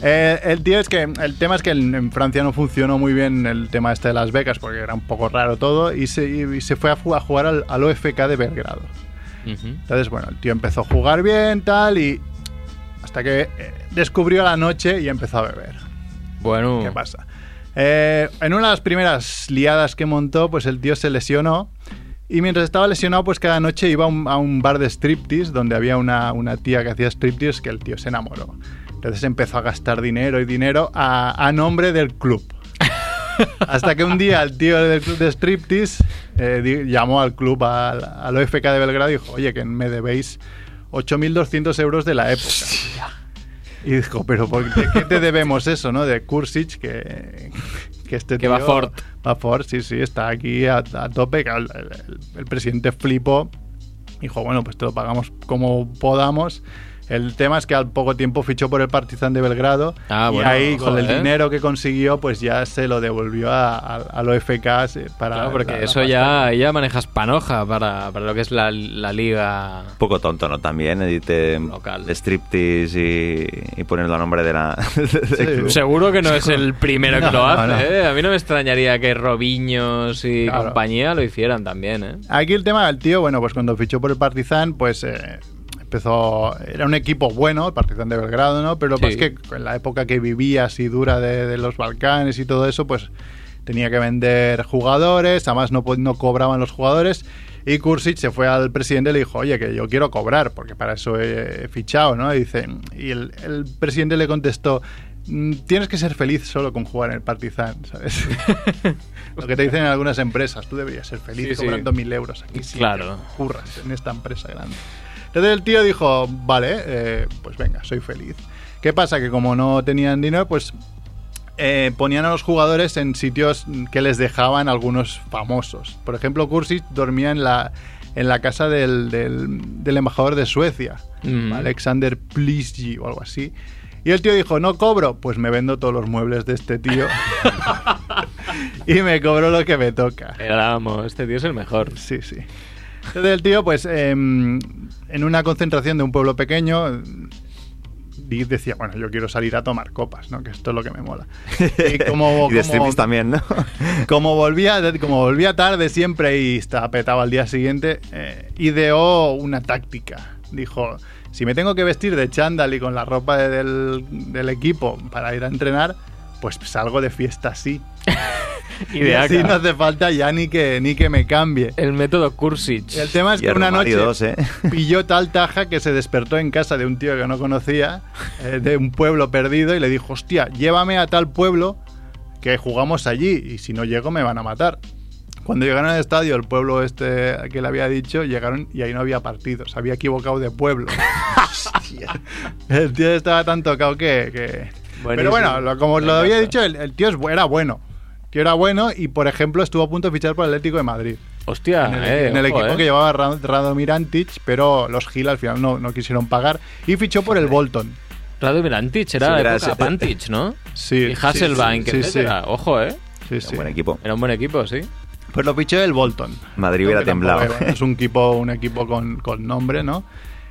S2: Eh, el tío es que el tema es que en, en Francia no funcionó muy bien el tema este de las becas porque era un poco raro todo y se, y se fue a, ju- a jugar al, al OFK de Belgrado.
S1: Ujú.
S2: Entonces, bueno, el tío empezó a jugar bien, tal, y hasta que eh, descubrió la noche y empezó a beber.
S1: Bueno.
S2: ¿Qué pasa? Eh, en una de las primeras liadas que montó, pues el tío se lesionó. Y mientras estaba lesionado, pues cada noche iba a un, a un bar de striptease donde había una, una tía que hacía striptease que el tío se enamoró. Entonces empezó a gastar dinero y dinero a, a nombre del club. Hasta que un día el tío del club de striptease eh, di- llamó al club, al, al OFK de Belgrado y dijo, oye, que me debéis 8.200 euros de la época. Y dijo, pero ¿por qué, qué te debemos eso, no? De Kursic, que, que este
S1: Que
S2: tío...
S1: va fort.
S2: Va fort, sí, sí, está aquí a, a tope. Claro, El, el- el presidente flipó. Dijo, bueno, pues te lo pagamos como podamos. El tema es que al poco tiempo fichó por el Partizan de Belgrado.
S1: Ah,
S2: y
S1: bueno,
S2: ahí, con el
S1: joder.
S2: dinero que consiguió, pues ya se lo devolvió a- a- al OFK se- eh, para...
S1: Claro, porque
S2: la- la
S1: eso
S2: pasta.
S1: ya, ya manejas panoja para, para lo que es la, la liga.
S3: Un poco tonto, ¿no? También, edite
S1: Local.
S3: striptease y, y ponerlo a nombre de la... del club.
S1: Seguro que no es el primero que
S2: No,
S1: lo hace.
S2: no.
S1: ¿eh? A mí no me extrañaría que Robiños y
S2: Claro.
S1: compañía lo hicieran también. ¿eh?
S2: Aquí el tema del tío, bueno, pues cuando fichó por el Partizan, pues eh, empezó. Era un equipo bueno, el Partizan de Belgrado, ¿no? Pero pues
S1: Sí.
S2: que en la época que vivía así dura de, de los Balcanes y todo eso, pues tenía que vender jugadores, además no, po- no cobraban los jugadores. Y Kursic se fue al presidente y le dijo, oye, que yo quiero cobrar, porque para eso he, he fichado, ¿no? Y, dice, y el, el presidente le contestó, "Mm, tienes que ser feliz solo con jugar en el Partizan, ¿sabes? Lo que te dicen en algunas empresas, tú deberías ser feliz
S1: Sí, sí.
S2: cobrando mil euros aquí. Si
S1: Claro.
S2: Curras en esta empresa grande. Entonces el tío dijo, vale, eh, pues venga, soy feliz. ¿Qué pasa? Que como no tenían dinero, pues eh, ponían a los jugadores en sitios que les dejaban algunos famosos. Por ejemplo, Kursic dormía en la, en la casa del, del- del embajador de Suecia,
S1: Mm.
S2: Alexander Plisgi o algo así. Y el tío dijo, no cobro, pues me vendo todos los muebles de este tío y me cobro lo que me toca.
S1: Pero vamos, este tío es el mejor.
S2: Sí, sí. Entonces el tío, pues, em, en una concentración de un pueblo pequeño, em, di- decía, bueno, yo quiero salir a tomar copas, ¿no? Que esto es lo que me mola. Y como,
S3: y de
S2: como,
S3: striptease también, ¿no?
S2: como volvía, como volvía tarde siempre y estaba petado al día siguiente, eh, ideó una táctica. Dijo, si me tengo que vestir de chándal y con la ropa de- del, del equipo para ir a entrenar, pues salgo de fiesta así. Y
S1: Idea,
S2: así no
S1: claro.
S2: hace falta ya ni que, ni que me cambie.
S1: El método Kursic.
S2: El tema es
S3: Y
S2: que una noche
S3: Armani dos, ¿eh?
S2: pilló tal taja que se despertó en casa de un tío que no conocía, eh, de un pueblo perdido, y le dijo, hostia, llévame a tal pueblo que jugamos allí y si no llego me van a matar. Cuando llegaron al estadio, el pueblo este que le había dicho, llegaron y ahí no había partido. Se había equivocado de pueblo. el tío estaba tan tocado que... que- Pero
S1: Buenísimo.
S2: bueno, lo- como os lo
S1: Me
S2: había
S1: encanta.
S2: dicho, el, el tío es bu- era bueno. El tío era bueno y, por ejemplo, estuvo a punto de fichar por el Atlético de Madrid.
S1: Hostia,
S2: en el,
S1: eh,
S2: en el
S1: ojo,
S2: equipo
S1: eh.
S2: que llevaba Ra- Radomir Antic, pero los Gil al final no, no quisieron pagar. Y fichó por el Bolton.
S1: Radomir Antic era
S3: Sí,
S1: la
S3: era
S1: época
S3: ese-
S1: Pantic, ¿no?
S2: Sí,
S1: y Hasselbank,
S2: sí, sí, sí,
S1: etcétera. Ojo, ¿eh?
S2: Sí,
S3: Un
S2: sí.
S3: buen equipo.
S1: Era un buen equipo, sí.
S2: Pues lo fichó el Bolton.
S3: Madrid hubiera
S2: Que tampoco,
S3: temblado.
S2: bueno, es un equipo, un equipo con, con nombre, ¿no?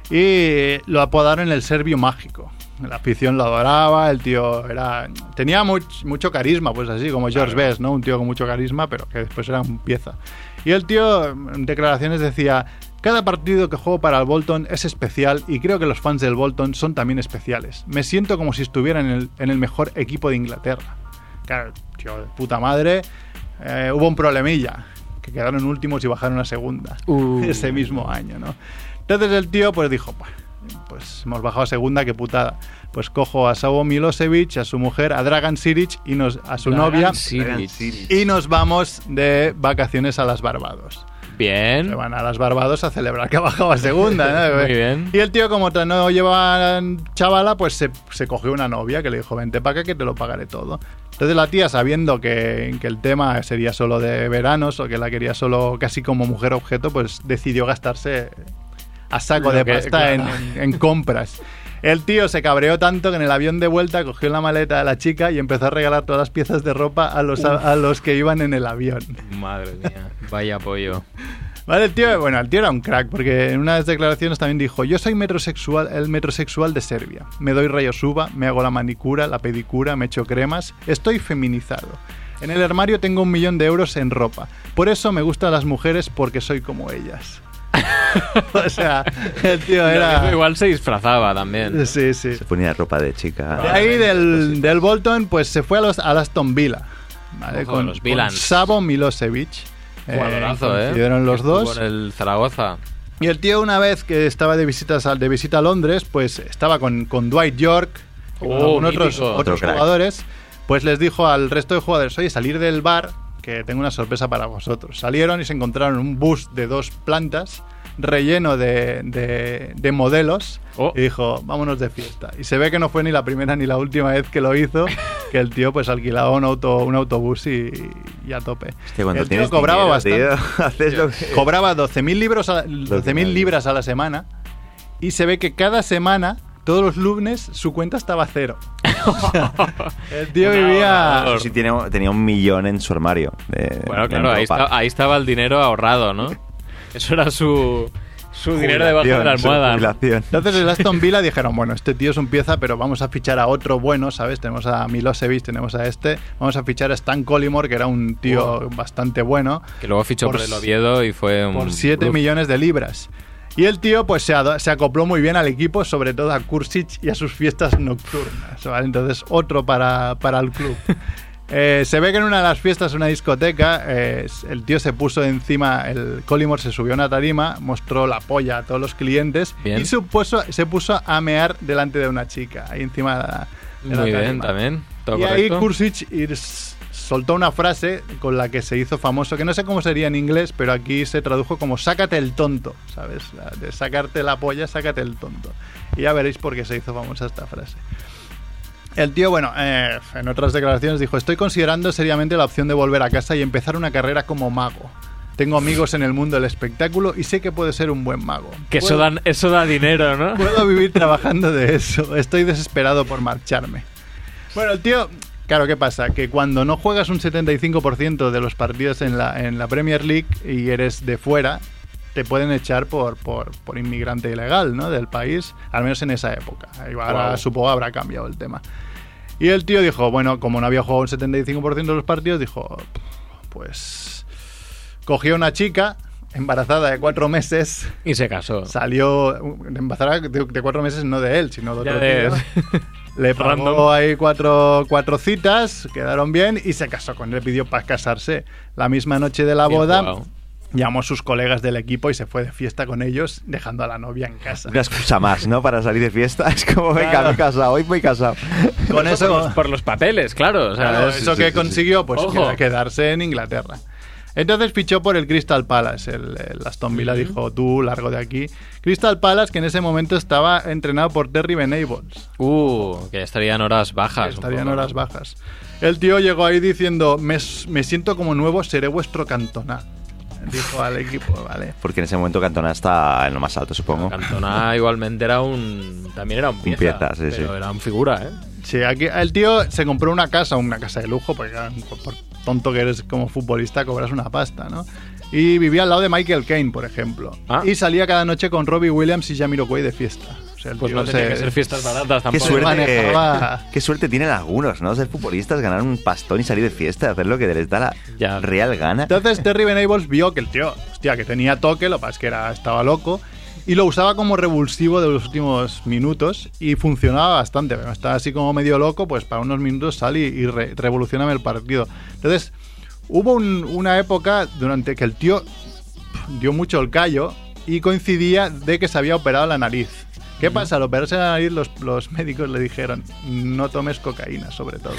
S2: Y lo apodaron el Serbio Mágico. La afición lo adoraba, el tío era tenía much- mucho carisma, pues así como George Best, ¿no? Un tío con mucho carisma, pero que después era un pieza. Y el tío en declaraciones decía, cada partido que juego para el Bolton es especial y creo que los fans del Bolton son también especiales. Me siento como si estuviera en el, en el mejor equipo de Inglaterra. Claro, tío, de puta madre. eh, hubo un problemilla, que quedaron últimos y bajaron a segunda
S1: Uh.
S2: ese mismo año, ¿no? Entonces el tío pues dijo, "Buah, pues hemos bajado a segunda, qué putada. Pues cojo a Savo Milosevic, a su mujer, a Dragan Siric y nos, a su novia
S1: Siric.
S2: y nos vamos de vacaciones a las Barbados. Se
S1: Bien.
S2: van a las Barbados a celebrar que ha bajado a segunda. ¿no?
S1: Muy bien.
S2: Y el tío, como tra- no lleva chavala, pues se, se cogió una novia que le dijo, vente para acá que te lo pagaré todo. Entonces la tía, sabiendo que, que el tema sería solo de veranos o que la quería solo casi como mujer objeto, pues decidió gastarse a saco
S1: Lo
S2: de
S1: que-
S2: pasta
S1: claro.
S2: en, en compras. El tío se cabreó tanto que en el avión de vuelta cogió la maleta de la chica y empezó a regalar todas las piezas de ropa a los, a- a los que iban en el avión.
S1: Madre mía, vaya apoyo.
S2: Vale, el tío, bueno, el tío era un crack, porque en unas declaraciones también dijo, yo soy metrosexual, el metrosexual de Serbia. Me doy rayos uva, me hago la manicura, la pedicura, me echo cremas, estoy feminizado. En el armario tengo un millón de euros en ropa. Por eso me gustan las mujeres porque soy como ellas. o sea, el tío
S1: Pero
S2: era...
S1: Igual se disfrazaba también.
S2: Sí, sí.
S3: Se ponía ropa de chica.
S2: De ahí del, del Bolton, pues se fue a los, al Aston Villa. ¿vale?
S1: Ojo, los Villans.
S2: Savo Milosevic.
S1: Jugadorazo, ¿eh?
S2: coincidieron los
S1: Estuvo
S2: dos.
S1: En el Zaragoza.
S2: Y el tío una vez que estaba de, visitas al- de visita a Londres, pues estaba con, con Dwight York, con
S1: Oh,
S2: algunos
S1: mítico.
S2: otros,
S1: Otro
S2: otros
S3: crack.
S2: jugadores, pues les dijo al resto de jugadores, oye, salir del bar, que tengo una sorpresa para vosotros. Salieron y se encontraron un bus de dos plantas relleno de, de- de modelos
S1: Oh.
S2: y dijo, vámonos de fiesta. Y se ve que no fue ni la primera ni la última vez que lo hizo, que el tío pues alquilaba un, auto, un autobús y, y a tope.
S3: Hostia, cuando
S2: el tío
S3: tienes
S2: cobraba bastante
S3: dinero, tío, haces lo que-
S2: cobraba 12.000 libros a- 12.000
S3: nadie.
S2: libras a la semana y se ve que cada semana todos los lunes su cuenta estaba a cero. O sea, el tío
S1: Un
S2: vivía
S1: ahorrador.
S3: Sí, tiene- tenía un millón en su armario. de-
S1: Bueno,
S3: en
S1: claro, ahí,
S3: ropa.
S1: está- ahí estaba el dinero ahorrado, ¿no? Eso era su, su dinero debajo de la
S3: Jubilación,
S1: almohada. ¿no?
S3: jubilación.
S2: entonces el Aston Villa dijeron, bueno, este tío es un pieza, pero vamos a fichar a otro bueno, ¿sabes? Tenemos a Milosevic, tenemos a este, vamos a fichar a Stan Collymore, que era un tío bastante bueno.
S1: Que luego fichó por,
S2: Por
S1: el
S2: s-
S1: Oviedo y fue un.
S2: por 7
S1: bruf.
S2: millones de libras. Y el tío pues se, ado- se acopló muy bien al equipo, sobre todo a Kursic y a sus fiestas nocturnas. ¿vale? Entonces otro para, para el club. Eh, se ve que en una de las fiestas, en una discoteca, eh, s- el tío se puso encima, el Collymore se subió a una tarima, mostró la polla a todos los clientes
S1: Bien.
S2: y se puso, se puso a mear delante de una chica, ahí encima de la, de la
S1: Muy bien,
S2: tarima.
S1: también. Todo
S2: Y ahí
S1: correcto.
S2: Kursic ir- s- soltó una frase con la que se hizo famoso, que no sé cómo sería en inglés, pero aquí se tradujo como sácate el tonto, ¿sabes? La De sacarte la polla, sácate el tonto. Y ya veréis por qué se hizo famosa esta frase. El tío, bueno, eh, en otras declaraciones dijo, estoy considerando seriamente la opción de volver a casa y empezar una carrera como mago. Tengo amigos en el mundo del espectáculo y sé que puedo ser un buen mago.
S1: Que eso,
S2: Puedo-
S1: dan, eso da dinero, ¿no?
S2: Puedo vivir trabajando de eso. Estoy desesperado por marcharme. Bueno, el tío, claro, ¿qué pasa? Que cuando no juegas un 75% de los partidos en la, en la Premier League y eres de fuera, te pueden echar por, por, por inmigrante ilegal, ¿no? Del país, al menos en esa época. Ahora
S1: Wow.
S2: supongo habrá cambiado el tema. Y el tío dijo, bueno, como no había jugado un 75% de los partidos, dijo, pues cogió una chica embarazada de cuatro meses
S1: Y se casó.
S2: salió embarazada de, de cuatro meses, no de él, sino de
S1: Ya
S2: otro
S1: de-
S2: tío. Le
S1: Random.
S2: pagó ahí cuatro, cuatro citas, quedaron bien y se casó con él. Le pidió para casarse la misma noche de la
S1: Bien
S2: boda.
S1: jugado.
S2: Llamó a sus colegas del equipo y se fue de fiesta con ellos, dejando a la novia en casa.
S3: Una excusa más, ¿no? Para salir de fiesta. Es como, venga,
S2: Claro.
S3: me he casado, hoy me he casado.
S2: Con eso,
S1: Por los papeles, claro. o sea,
S2: claro,
S1: es-
S2: eso que consiguió, pues
S1: Ojo.
S2: quedarse en Inglaterra. Entonces fichó por el Crystal Palace. El, el Aston Villa dijo, tú, largo de aquí. Crystal Palace, que en ese momento estaba entrenado por Terry Venables.
S1: Uh, que estarían horas bajas. un
S2: Estarían
S1: poco.
S2: horas bajas. El tío llegó ahí diciendo, me, s- me siento como nuevo, seré vuestro cantona. Dijo al equipo, vale.
S3: Porque en ese momento Cantona está en lo más alto, supongo.
S1: Cantona igualmente era un. También era un pieza.
S3: pieza, sí,
S1: pero
S3: sí.
S1: era un figura, ¿eh?
S2: Sí, aquí el tío se compró una casa, una casa de lujo, porque claro, por, por tonto que eres como futbolista cobras una pasta, ¿no? Y vivía al lado de Michael Caine, por ejemplo.
S1: Ah.
S2: Y salía cada noche con Robbie Williams y Jamiroquai de fiesta. O sea, el
S1: Pues
S2: tío
S1: no tenía
S2: se-
S1: que ser fiestas baratas
S3: Qué
S1: tampoco.
S3: suerte,
S2: manejaba.
S3: qué suerte tienen algunos, ¿no? Ser futbolistas, ganar un pastón y salir de fiesta, hacer lo que les da la
S1: Ya.
S3: real gana.
S2: Entonces Terry Venables vio que el tío, hostia, que tenía toque, lo que pasa es que era, estaba loco, y lo usaba como revulsivo de los últimos minutos y funcionaba bastante. Bueno, Estaba así como medio loco, pues para unos minutos sal y, y re- revolucioname el partido. Entonces, hubo un- una época durante que el tío pff, dio mucho el callo y coincidía de que se había operado la nariz. ¿Qué pasa? Al operarse la nariz, los, los médicos le dijeron, no tomes cocaína, sobre todo.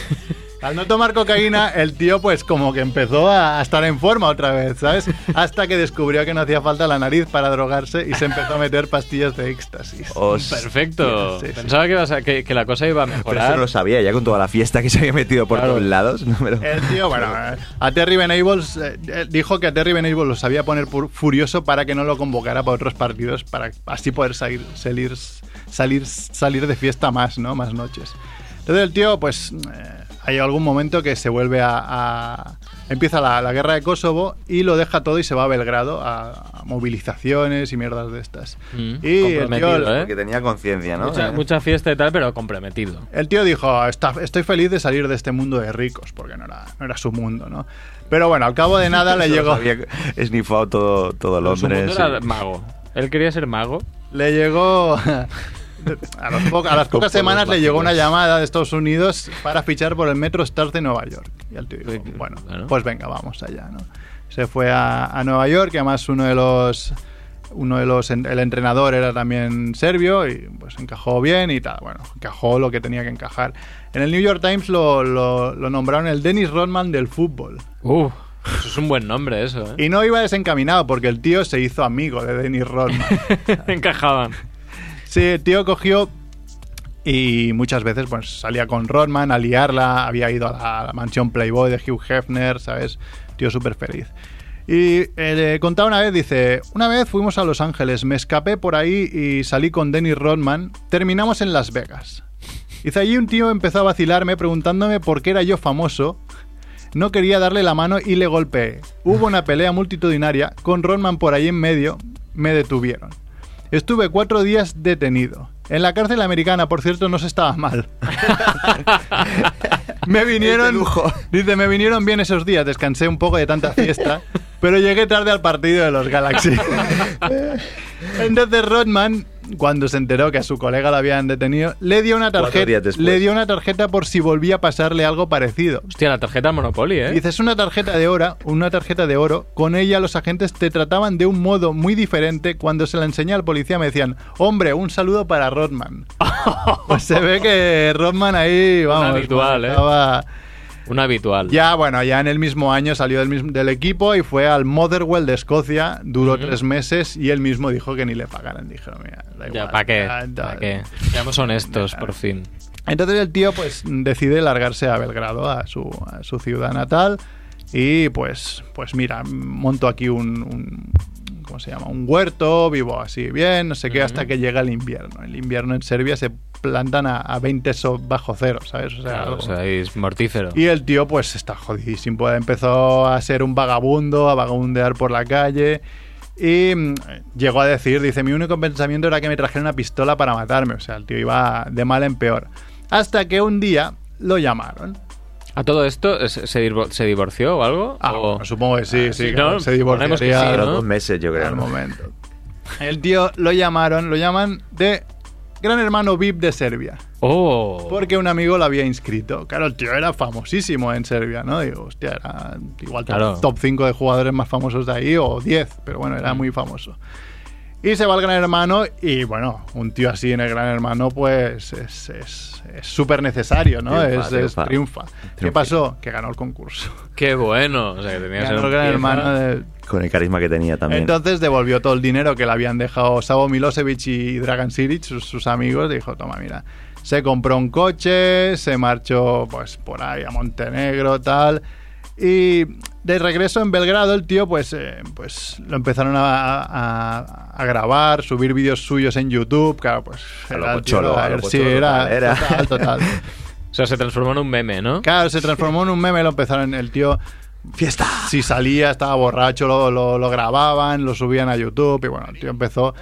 S2: Al no tomar cocaína, el tío pues como que empezó a, a estar en forma otra vez, ¿sabes? Hasta que descubrió que no hacía falta la nariz para drogarse y se empezó a meter pastillas de éxtasis.
S3: Os-
S1: Perfecto.
S2: Sí, sí.
S1: Pensaba que, ibas a- que, que la cosa iba a
S3: Pero eso no
S1: mejorar.
S3: lo sabía, ya con toda la fiesta que se había metido por
S1: Claro.
S3: todos lados. no me lo-
S2: El tío, bueno, eh, a Terry Venables eh, eh, dijo que a Terry Venables lo sabía poner pur- furioso para que no lo convocara para otros partidos, para así poder salir, salir, salir, salir de fiesta más, ¿no? Más noches. Entonces el tío, pues, eh, hay algún momento que se vuelve a... a- empieza la, la guerra de Kosovo y lo deja todo y se va a Belgrado a, a movilizaciones y mierdas de estas.
S1: Mm,
S2: y el
S1: comprometido,
S2: tío,
S1: ¿eh?
S3: Porque tenía conciencia, ¿no?
S1: Mucha,
S3: Eh,
S1: mucha fiesta y tal, pero comprometido.
S2: el tío dijo, "Ah, "Está- estoy feliz de salir de este mundo de ricos, porque no era, no era su mundo, ¿no? Pero bueno, al cabo de nada le
S3: eso lo
S2: llegó,
S3: Había esnifado todo, todo
S1: Su mundo
S3: Londres.
S1: era
S3: sí.
S1: mago. Él quería ser mago.
S2: le llegó... A, los po-
S3: Con
S2: a las pocas
S3: polvos
S2: semanas le llegó una
S3: mágicos.
S2: llamada de Estados Unidos para fichar por el Metro Stars de Nueva York. Y el tío dijo,
S1: Sí,
S2: bueno,
S1: claro.
S2: pues venga, vamos allá, ¿no? Se fue a, a Nueva York, que además uno de los... Uno de los, en- el entrenador era también serbio y pues encajó bien y tal. Bueno, encajó lo que tenía que encajar. En el New York Times lo, lo- lo nombraron el Dennis Rodman del fútbol.
S1: Uh, eso es un buen nombre, eso, ¿eh?
S2: Y no iba desencaminado porque el tío se hizo amigo de Dennis Rodman.
S1: Encajaban.
S2: Sí, el tío cogió y muchas veces pues salía con Rodman a liarla, había ido a la, a la mansión Playboy de Hugh Hefner, ¿sabes? Tío súper feliz. Y eh, le contaba una vez, dice, una vez fuimos a Los Ángeles, me escapé por ahí y salí con Dennis Rodman, terminamos en Las Vegas. Dice, allí un tío empezó a vacilarme preguntándome por qué era yo famoso. No quería darle la mano y le golpeé. Hubo una pelea multitudinaria con Rodman por ahí en medio. Me detuvieron. Estuve cuatro días detenido. En la cárcel americana, por cierto, no se estaba mal. me
S3: Es de
S2: vinieron.
S3: lujo.
S2: Dice, me vinieron bien esos días. Descansé un poco de tanta fiesta, pero llegué tarde al partido de los Galaxy. Entonces Rodman, cuando se enteró que a su colega la habían detenido, le dio una
S3: Cuatro días
S2: tarjeta.
S3: después.
S2: Le dio una tarjeta por si volvía a pasarle algo parecido.
S1: Hostia, la tarjeta Monopoly, ¿eh?
S2: Dices una tarjeta de oro, una tarjeta de oro. Con ella los agentes te trataban de un modo muy diferente. Cuando se la enseñé al policía me decían, hombre, un saludo para Rodman. Pues se ve que Rodman ahí, vamos,
S1: habitual, ¿eh?
S2: estaba-
S1: Un habitual.
S2: Ya, bueno, ya en el mismo año salió del, mismo- del equipo y fue al Motherwell de Escocia. Duró tres meses y él mismo dijo que ni le pagaran. Dijeron, mira, da igual.
S1: Ya, ¿para qué?
S2: Ah, da-
S1: ¿Para qué? Seamos honestos, por fin.
S2: entonces el tío pues decide largarse a Belgrado, a su, a su ciudad natal, y pues, pues mira, monto aquí un, un- ¿cómo se llama? Un huerto, vivo así bien, no sé qué, hasta que llega el invierno. El invierno en Serbia se plantan a, a 20 so- bajo cero, ¿sabes? O sea,
S1: Claro,
S2: algo-
S1: o sea, es mortífero.
S2: y el tío, pues, está jodidísimo. Empezó a ser un vagabundo, a vagabundear por la calle. Y mm, llegó a decir, dice, mi único pensamiento era que me trajera una pistola para matarme. O sea, el tío iba de mal en peor. Hasta que un día lo llamaron.
S1: ¿A todo esto eh, se, se divor- se divorció o algo?
S2: Ah,
S1: ¿O-
S2: bueno, supongo que sí,
S1: Oh.
S2: sí.
S1: sí,
S2: claro,
S1: ¿no?
S2: se
S1: Ponemos que sí,
S2: divorciaría
S3: Pero
S1: ¿no?
S3: dos meses, yo creo.
S2: al momento. El tío lo llamaron, lo llaman de Gran Hermano VIP de Serbia.
S1: Oh.
S2: Porque un amigo lo había inscrito. Claro, el tío era famosísimo en Serbia, ¿no? Digo, hostia, era igual top-
S1: Claro.
S2: top 5 de jugadores más famosos de ahí o 10, pero bueno, era muy famoso. Y se va al Gran Hermano y bueno, un tío así en el Gran Hermano pues es es- es súper necesario, ¿no?
S3: Triunfa,
S2: es, es-
S3: triunfa.
S2: triunfa. ¿Qué
S3: Triunfa.
S2: pasó? Que ganó el concurso.
S1: Qué bueno. O sea, que tenía que ser
S2: Ganó el
S1: un
S2: Gran
S1: pieza.
S2: Hermano del-
S3: Con el carisma que tenía también.
S2: Entonces devolvió todo el dinero que le habían dejado Savo Milosevic y Dragan Siric, sus, sus amigos, dijo, toma, mira. Se compró un coche, se marchó pues por ahí a Montenegro, tal. Y de regreso en Belgrado el tío pues, eh, pues lo empezaron a, a- a grabar, subir vídeos suyos en YouTube, claro, pues...
S3: A lo
S2: era el tío,
S3: pocholo, a lo
S2: sí,
S3: pocholo,
S2: era,
S3: era.
S2: total, total.
S1: O sea, se transformó en un meme, ¿no?
S2: Claro, se transformó en un meme, lo empezaron el tío...
S3: ¡Fiesta!
S2: si salía, estaba borracho, lo, lo- lo grababan, lo subían a YouTube y bueno, el tío empezó.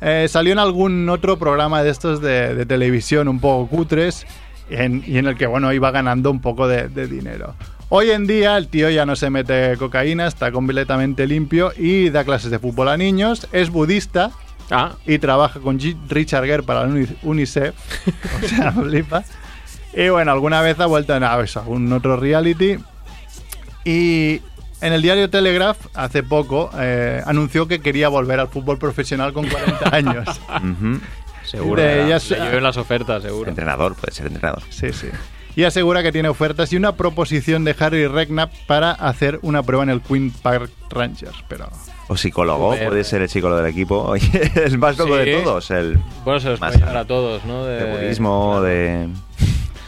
S2: Eh, salió en algún otro programa de estos de, de televisión un poco cutres en- y en el que, bueno, iba ganando un poco de, de dinero. Hoy en día el tío ya no se mete cocaína, está completamente limpio y da clases de fútbol a niños, es budista
S1: Ah,
S2: y trabaja con G- Richard Gere para la Uni- UNICEF. O sea, flipa. Y bueno, alguna vez ha vuelto en a eso, algún otro reality. Y en el diario Telegraph, hace poco, eh, anunció que quería volver al fútbol profesional con 40 años.
S3: Ujú.
S1: seguro.
S2: De
S1: ¿verdad?
S2: ellas-
S1: Le llueven las ofertas, seguro.
S3: Entrenador, puede ser entrenador.
S2: Sí, sí. Y asegura que tiene ofertas y una proposición de Harry Redknapp para hacer una prueba en el Queen Park Rangers. Pero
S3: O psicólogo,
S1: Joder.
S3: puede ser el psicólogo del equipo. Oye, el más loco
S1: Sí. Eh,
S3: de todos. El
S1: Bueno, se los
S3: más
S1: puede llevar a todos, ¿no?
S3: de budismo, de.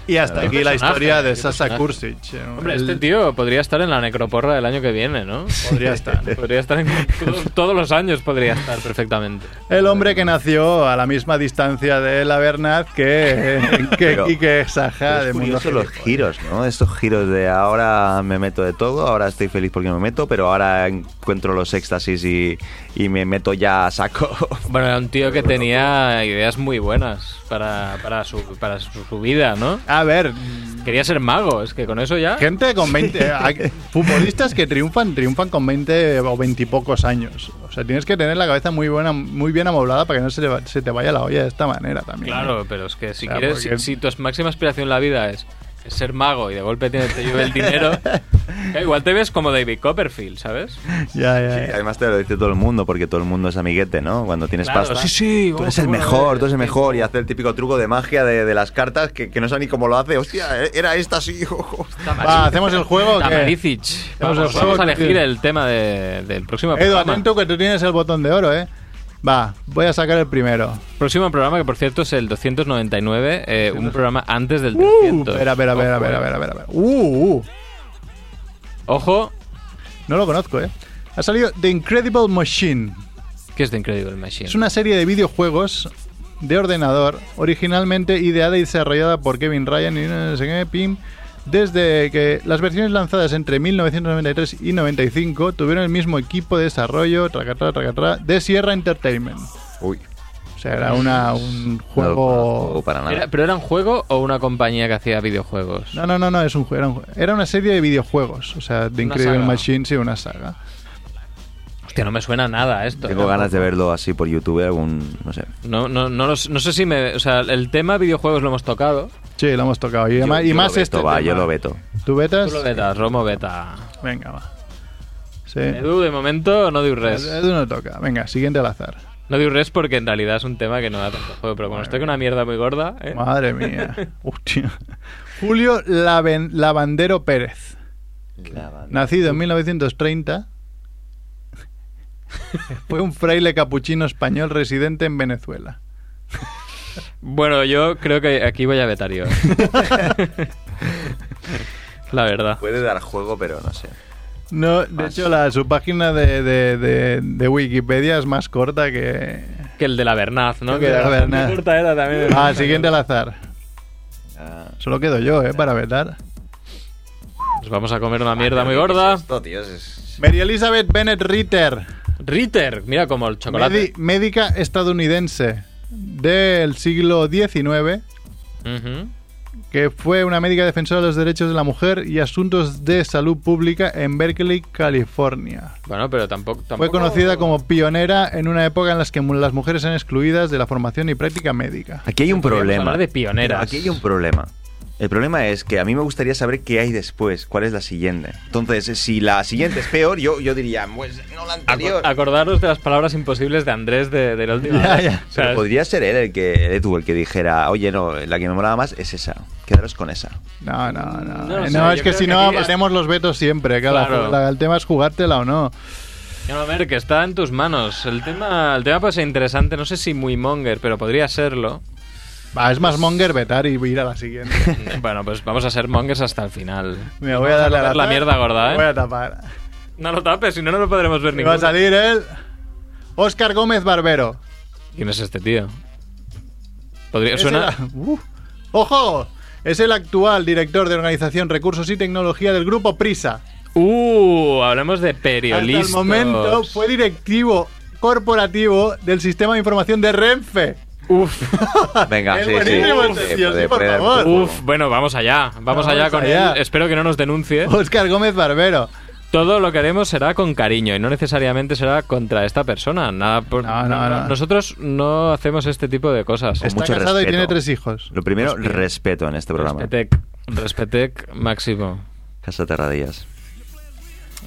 S2: Y hasta
S1: Qué
S2: aquí la
S1: personaje,
S2: historia de
S1: qué
S2: Sasa
S1: personaje.
S2: Kursic.
S1: Hombre,
S2: El-
S1: este tío podría estar en la necroporra del año que viene, ¿no?
S2: Podría estar.
S1: Podría estar en todos, todos los años, podría estar perfectamente.
S2: El hombre que nació a la misma distancia de la Bernat que, que
S3: Pero-
S2: Quique Saja
S3: Es
S2: de Mundo
S3: curioso los
S2: Gilipollez.
S3: giros, ¿no? Estos giros de ahora me meto de todo, ahora estoy feliz porque me meto, pero ahora encuentro los éxtasis y, y me meto ya a saco.
S1: Bueno, era un tío que tenía ideas muy buenas para, para, su, para su, su vida, ¿no?
S2: A ver,
S1: Quería ser mago, es que con eso ya...
S2: gente con 20. eh, hay futbolistas que triunfan, triunfan con 20 o 20 y pocos años. O sea, tienes que tener la cabeza muy buena, muy bien amoblada para que no se, le va- se te vaya la olla de esta manera también. ¿eh?
S1: Claro, pero es que si
S2: O sea,
S1: quieres,
S2: porque-
S1: si, si tu máxima aspiración en la vida es es ser mago y de golpe tienes, te llueve el dinero, eh, igual te ves como David Copperfield, ¿sabes?
S3: Sí,
S2: Ya, ya, ya.
S3: además te lo dice todo el mundo porque todo el mundo es amiguete, ¿no? Cuando tienes
S1: Claro,
S3: pasta.
S1: sí, sí,
S3: Tú
S1: vamos
S3: eres el
S1: a ver.
S3: mejor, tú eres el mejor. Y hace el típico truco de magia de, de las cartas que, que no sabe ni cómo lo hace. Hostia, eh, era esta sí. ojo.
S2: Va, hacemos el juego. o qué?
S1: Tamaricic. Vamos,
S2: Vamos,
S1: vamos a
S2: vamos,
S1: elegir
S2: tío.
S1: el tema de- del próximo
S2: Edu,
S1: programa.
S2: atento que tú tienes el botón de oro, ¿eh? Va, voy a sacar el primero.
S1: Próximo programa, que por cierto es el 299, eh, un programa antes
S2: Uh,
S1: del 300.
S2: Espera, espera,
S1: Uh, Ojo,
S2: espera, espera,
S1: eh.
S2: espera, espera. Uh, uh.
S1: Ojo,
S2: No lo conozco, ¿eh? Ha salido The Incredible Machine.
S1: que es de Incredible Machine.
S2: Es una serie de videojuegos de ordenador, originalmente ideada y desarrollada por Kevin Ryan y no sé qué, Pim, desde que las versiones lanzadas entre 1993 y 95 tuvieron el mismo equipo de desarrollo tracatra, tracatra, de Sierra Entertainment.
S3: Uy,
S2: O sea, era una, un
S3: Mm, no lo
S2: juego...
S3: conozco para nada.
S1: Era- ¿Pero era un juego o una compañía que hacía videojuegos?
S2: No, no, no, no, es un juego. Era, un jue- era una serie de videojuegos. O sea, de
S1: Una
S2: Incredible
S1: saga.
S2: Machines y una saga.
S1: Hostia, no me suena nada esto. eh.
S3: Tengo ganas de verlo así por YouTube, algún. No sé.
S1: No, no, no, los- no sé si me... O sea, el tema videojuegos lo hemos tocado.
S2: Sí, lo hemos tocado. Y, además- y
S3: Yo lo
S2: más
S3: veto,
S2: este.
S3: va, yo
S2: tema.
S3: lo veto.
S2: ¿Tú vetas?
S1: Tú lo vetas, Romo beta.
S2: Venga, va. Sí.
S1: Edu, de momento, no diu res.
S2: Edu no toca. Venga, siguiente al azar.
S1: No diu res porque en realidad es un tema que no da tanto juego, pero como estoy con una mierda muy gorda... ¿eh?
S2: Madre mía. Hostia. Julio Laven- Lavandero Pérez. Nacido en 1930. Fue un fraile capuchino español residente en Venezuela.
S1: Bueno, yo creo que aquí voy a vetar yo. eh. La verdad.
S3: Puede dar juego, pero no sé.
S2: No, de hecho, la, su página de, de- de- de Wikipedia es más corta que...
S1: Que el de la Bernaz, ¿no?
S2: Que el de la Bernaz.
S1: bastante corta era también.
S2: Ah, siguiente al azar.
S3: Ah,
S2: Solo quedo yo, ¿eh? Para vetar.
S1: Nos Pues vamos a comer una mierda muy gorda.
S3: esto, tío, es-
S2: María Elizabeth Bennett Ritter.
S1: Ritter, mira como el
S2: Medi-
S1: chocolate.
S2: médica estadounidense del siglo XIX,
S1: Ujú.
S2: que fue una médica defensora de los derechos de la mujer y asuntos de salud pública en Berkeley, California.
S1: Bueno, pero tampoco, tampoco-
S2: Fue conocida como pionera en una época en la que mu- las mujeres eran excluidas de la formación y práctica médica.
S3: Aquí hay un
S1: Podríamos
S3: problema.
S1: hablar de pioneras.
S3: Aquí hay un problema. El problema es que a mí me gustaría saber qué hay después, cuál es la siguiente. Entonces, eh, si la siguiente es peor, yo, yo diría, pues no la anterior.
S1: Aco- acordaros de las palabras imposibles de Andrés de, de la última.
S2: Ya,
S1: vez.
S2: ya.
S1: O sea,
S3: Pero podría ser él el que, el Edu, el que dijera, oye, no, la que me molaba más es esa. Quedaros con esa.
S2: No, no, no.
S1: No lo
S2: No,
S1: sé, yo
S2: es que
S1: creo
S2: si
S1: que
S2: no
S1: aquí es-
S2: haremos los vetos siempre. que la-
S1: Claro.
S2: la- el tema es jugártela o no.
S1: No, a ver, que está en tus manos. El tema, el tema puede ser interesante, no sé si muy monger, pero podría serlo.
S2: Va, es más monger vetar y ir a la siguiente.
S1: bueno, pues vamos a ser mongers hasta el final.
S2: Mira, voy a
S1: Vamos
S2: darle a
S1: tapar la mierda gorda, ¿eh?
S2: Voy a tapar.
S1: No lo tapes, si no, no lo podremos ver
S2: Y va
S1: ninguno.
S2: a salir el... Óscar Gómez Barbero.
S1: ¿Quién es este tío? Podría,
S2: Es
S1: suena...
S2: el- ¡Uf! ¡Ojo! Es el actual director de Organización, Recursos y Tecnología del Grupo Prisa.
S1: Uh, hablamos de
S2: Hasta
S1: periodistas.
S2: el momento fue directivo corporativo del Sistema de Información de Renfe.
S1: Uf,
S3: Venga,
S2: Es
S3: sí, sí.
S2: buenísimo
S3: Sí,
S2: este
S3: puede-
S2: tío, sí,
S3: puede-
S2: por
S3: puede-
S2: favor.
S3: puede-
S1: uf, bueno, vamos allá. Vamos,
S2: Vamos
S1: allá con
S2: allá.
S1: él. Espero que no nos denuncie.
S2: Óscar Gómez Barbero.
S1: Todo lo que haremos será con cariño y no necesariamente será contra esta persona. Nada por-
S2: No, no, no.
S1: Nosotros no hacemos este tipo de cosas.
S3: Con
S2: Está
S3: mucho
S2: casado y
S3: respeto.
S2: tiene tres hijos.
S3: Lo primero, respeto en este programa.
S1: Respetec, respetec máximo.
S3: Casa Terradillas.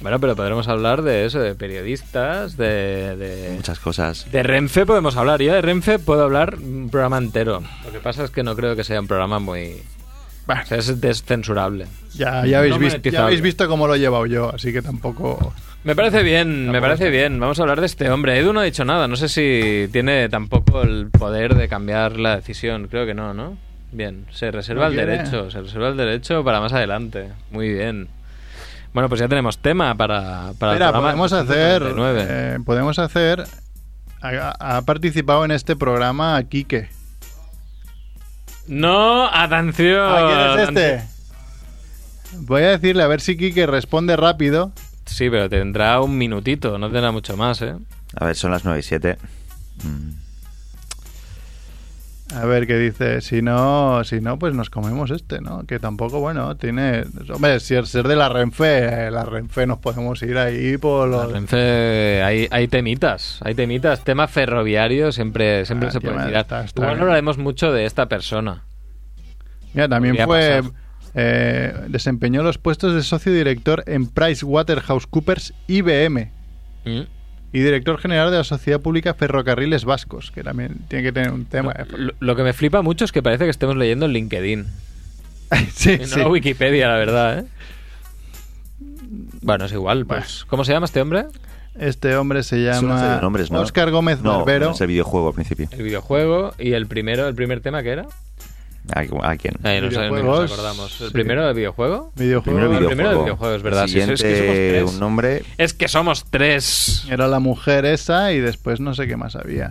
S1: Bueno, pero podremos hablar de eso, de periodistas, de... de...
S3: Muchas cosas.
S1: De Renfe podemos hablar. Yo de Renfe puedo hablar un programa entero. Lo que pasa es que no creo que sea un programa muy...
S2: Bueno.
S1: O sea, es descensurable.
S2: Ya, ya, habéis
S1: No
S2: visto,
S1: monetizable.
S2: ya habéis visto cómo lo he llevado yo, así que tampoco...
S3: Ah,
S1: Me parece bien, me parece bien. Vamos a hablar de este hombre. Edu no ha dicho nada. No sé si tiene tampoco el poder de cambiar la decisión. Creo que no, ¿no? Bien, se reserva
S2: No
S1: el
S2: quiere.
S1: derecho. Se reserva el derecho para más adelante. Muy bien. Bueno, pues ya tenemos tema para, para
S2: Mira,
S1: el programa.
S2: podemos hacer...
S1: 39.
S2: eh, podemos hacer... Ha, ha participado en este programa Quique.
S1: No, atención.
S2: Ah, ¿Quién es este? Voy a decirle a ver si Quique responde rápido.
S1: Sí, pero tendrá un minutito. No tendrá mucho más, ¿eh?
S3: A ver, son las 9 y Mm. 7.
S2: A ver qué dice. Si no, si no, pues nos comemos este, ¿no? Que tampoco, bueno, tiene. Hombre, si el ser de la Renfe, eh, la Renfe nos podemos ir ahí por
S1: La
S2: los.
S1: Renfe, hay, hay temitas, hay temitas. Tema ferroviario siempre, siempre
S2: Ah,
S1: se
S2: tío,
S1: puede
S2: madre,
S1: tirar.
S2: está- está
S1: Igual no
S2: bien.
S1: hablaremos mucho de esta persona.
S2: Mira, también
S1: podría
S2: fue.
S1: pasar.
S2: eh, desempeñó los puestos de socio director en PricewaterhouseCoopers IBM
S1: Mm.
S2: y director general de la Sociedad Pública Ferrocarriles Vascos, que también tiene que tener un tema. eh.
S1: Lo, lo que me flipa mucho es que parece que estemos leyendo en LinkedIn.
S2: sí,
S1: Y no
S2: sí.
S1: la Wikipedia, la verdad, ¿eh? Bueno, es igual, pues. ¿Cómo se llama este hombre?
S2: Este hombre se
S3: Es una serie
S2: llama
S3: de nombres, ¿no?
S2: Oscar Gómez
S3: no,
S2: Barbero.
S3: No, es el videojuego al principio.
S1: El videojuego y el primero, el primer tema que era.
S3: ¿A, a quién?
S1: Eh, no sé, no nos
S2: Videojuegos,
S1: acordamos. ¿El
S2: sí.
S1: primero de videojuego?
S2: Videojuego.
S3: Primero
S1: el
S3: videojuego.
S1: primero videojuego, es verdad,
S3: El
S1: sí, sí,
S3: Siguiente,
S1: es que somos tres.
S3: un nombre.
S1: Es que somos tres.
S2: Era la mujer esa y después no sé qué más había.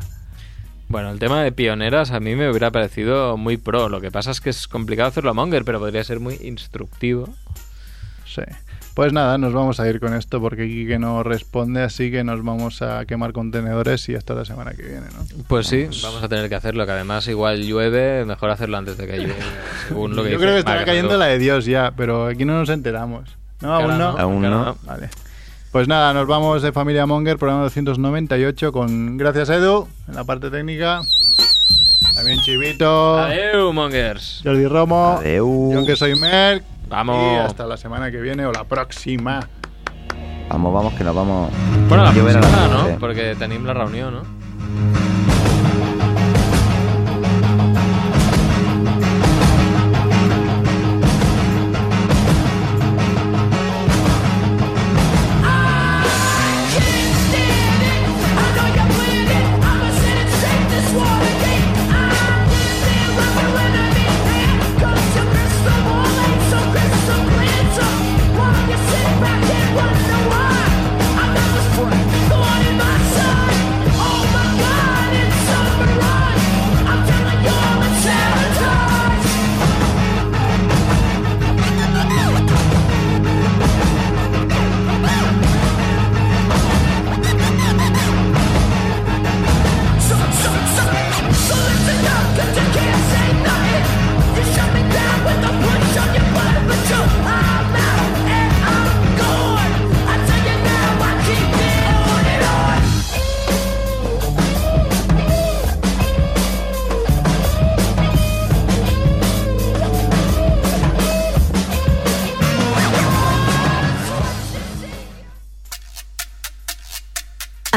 S1: Bueno, el tema de pioneras a mí me hubiera parecido muy pro. Lo que pasa es que es complicado hacerlo a Monger, pero podría ser muy instructivo.
S2: Sí. Pues nada, nos vamos a ir con esto porque Quique no responde, así que nos vamos a quemar contenedores y hasta la semana que viene, ¿no?
S1: Pues sí, vamos a tener que hacerlo, que además igual llueve, mejor hacerlo antes de que llueva, según lo que
S2: Yo
S1: dice
S2: creo que estará
S1: Magro.
S2: cayendo la de Dios ya, pero aquí no nos enteramos. No,
S1: Claro,
S2: aún no.
S1: ¿no?
S3: Aún
S1: Claro,
S3: no.
S2: Vale. Pues nada, nos vamos de Familia Monger, programa 298 con gracias a Edu en la parte técnica. También Chivito,
S1: Adeu, Mongers.
S2: Jordi Romo,
S3: Adeu.
S2: yo que soy Merck.
S1: Vamos.
S2: Y hasta la semana que viene o la próxima.
S3: Vamos, vamos, que nos vamos.
S1: Bueno, la
S3: Yo veré
S1: próxima,
S3: la
S1: ¿no?
S3: noche.
S1: Porque tenim la reunió, ¿no?
S10: Oh my god, it's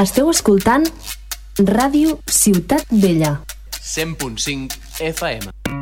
S10: Esteu escoltant Ràdio Ciutat Vella.
S11: 100.5 FM.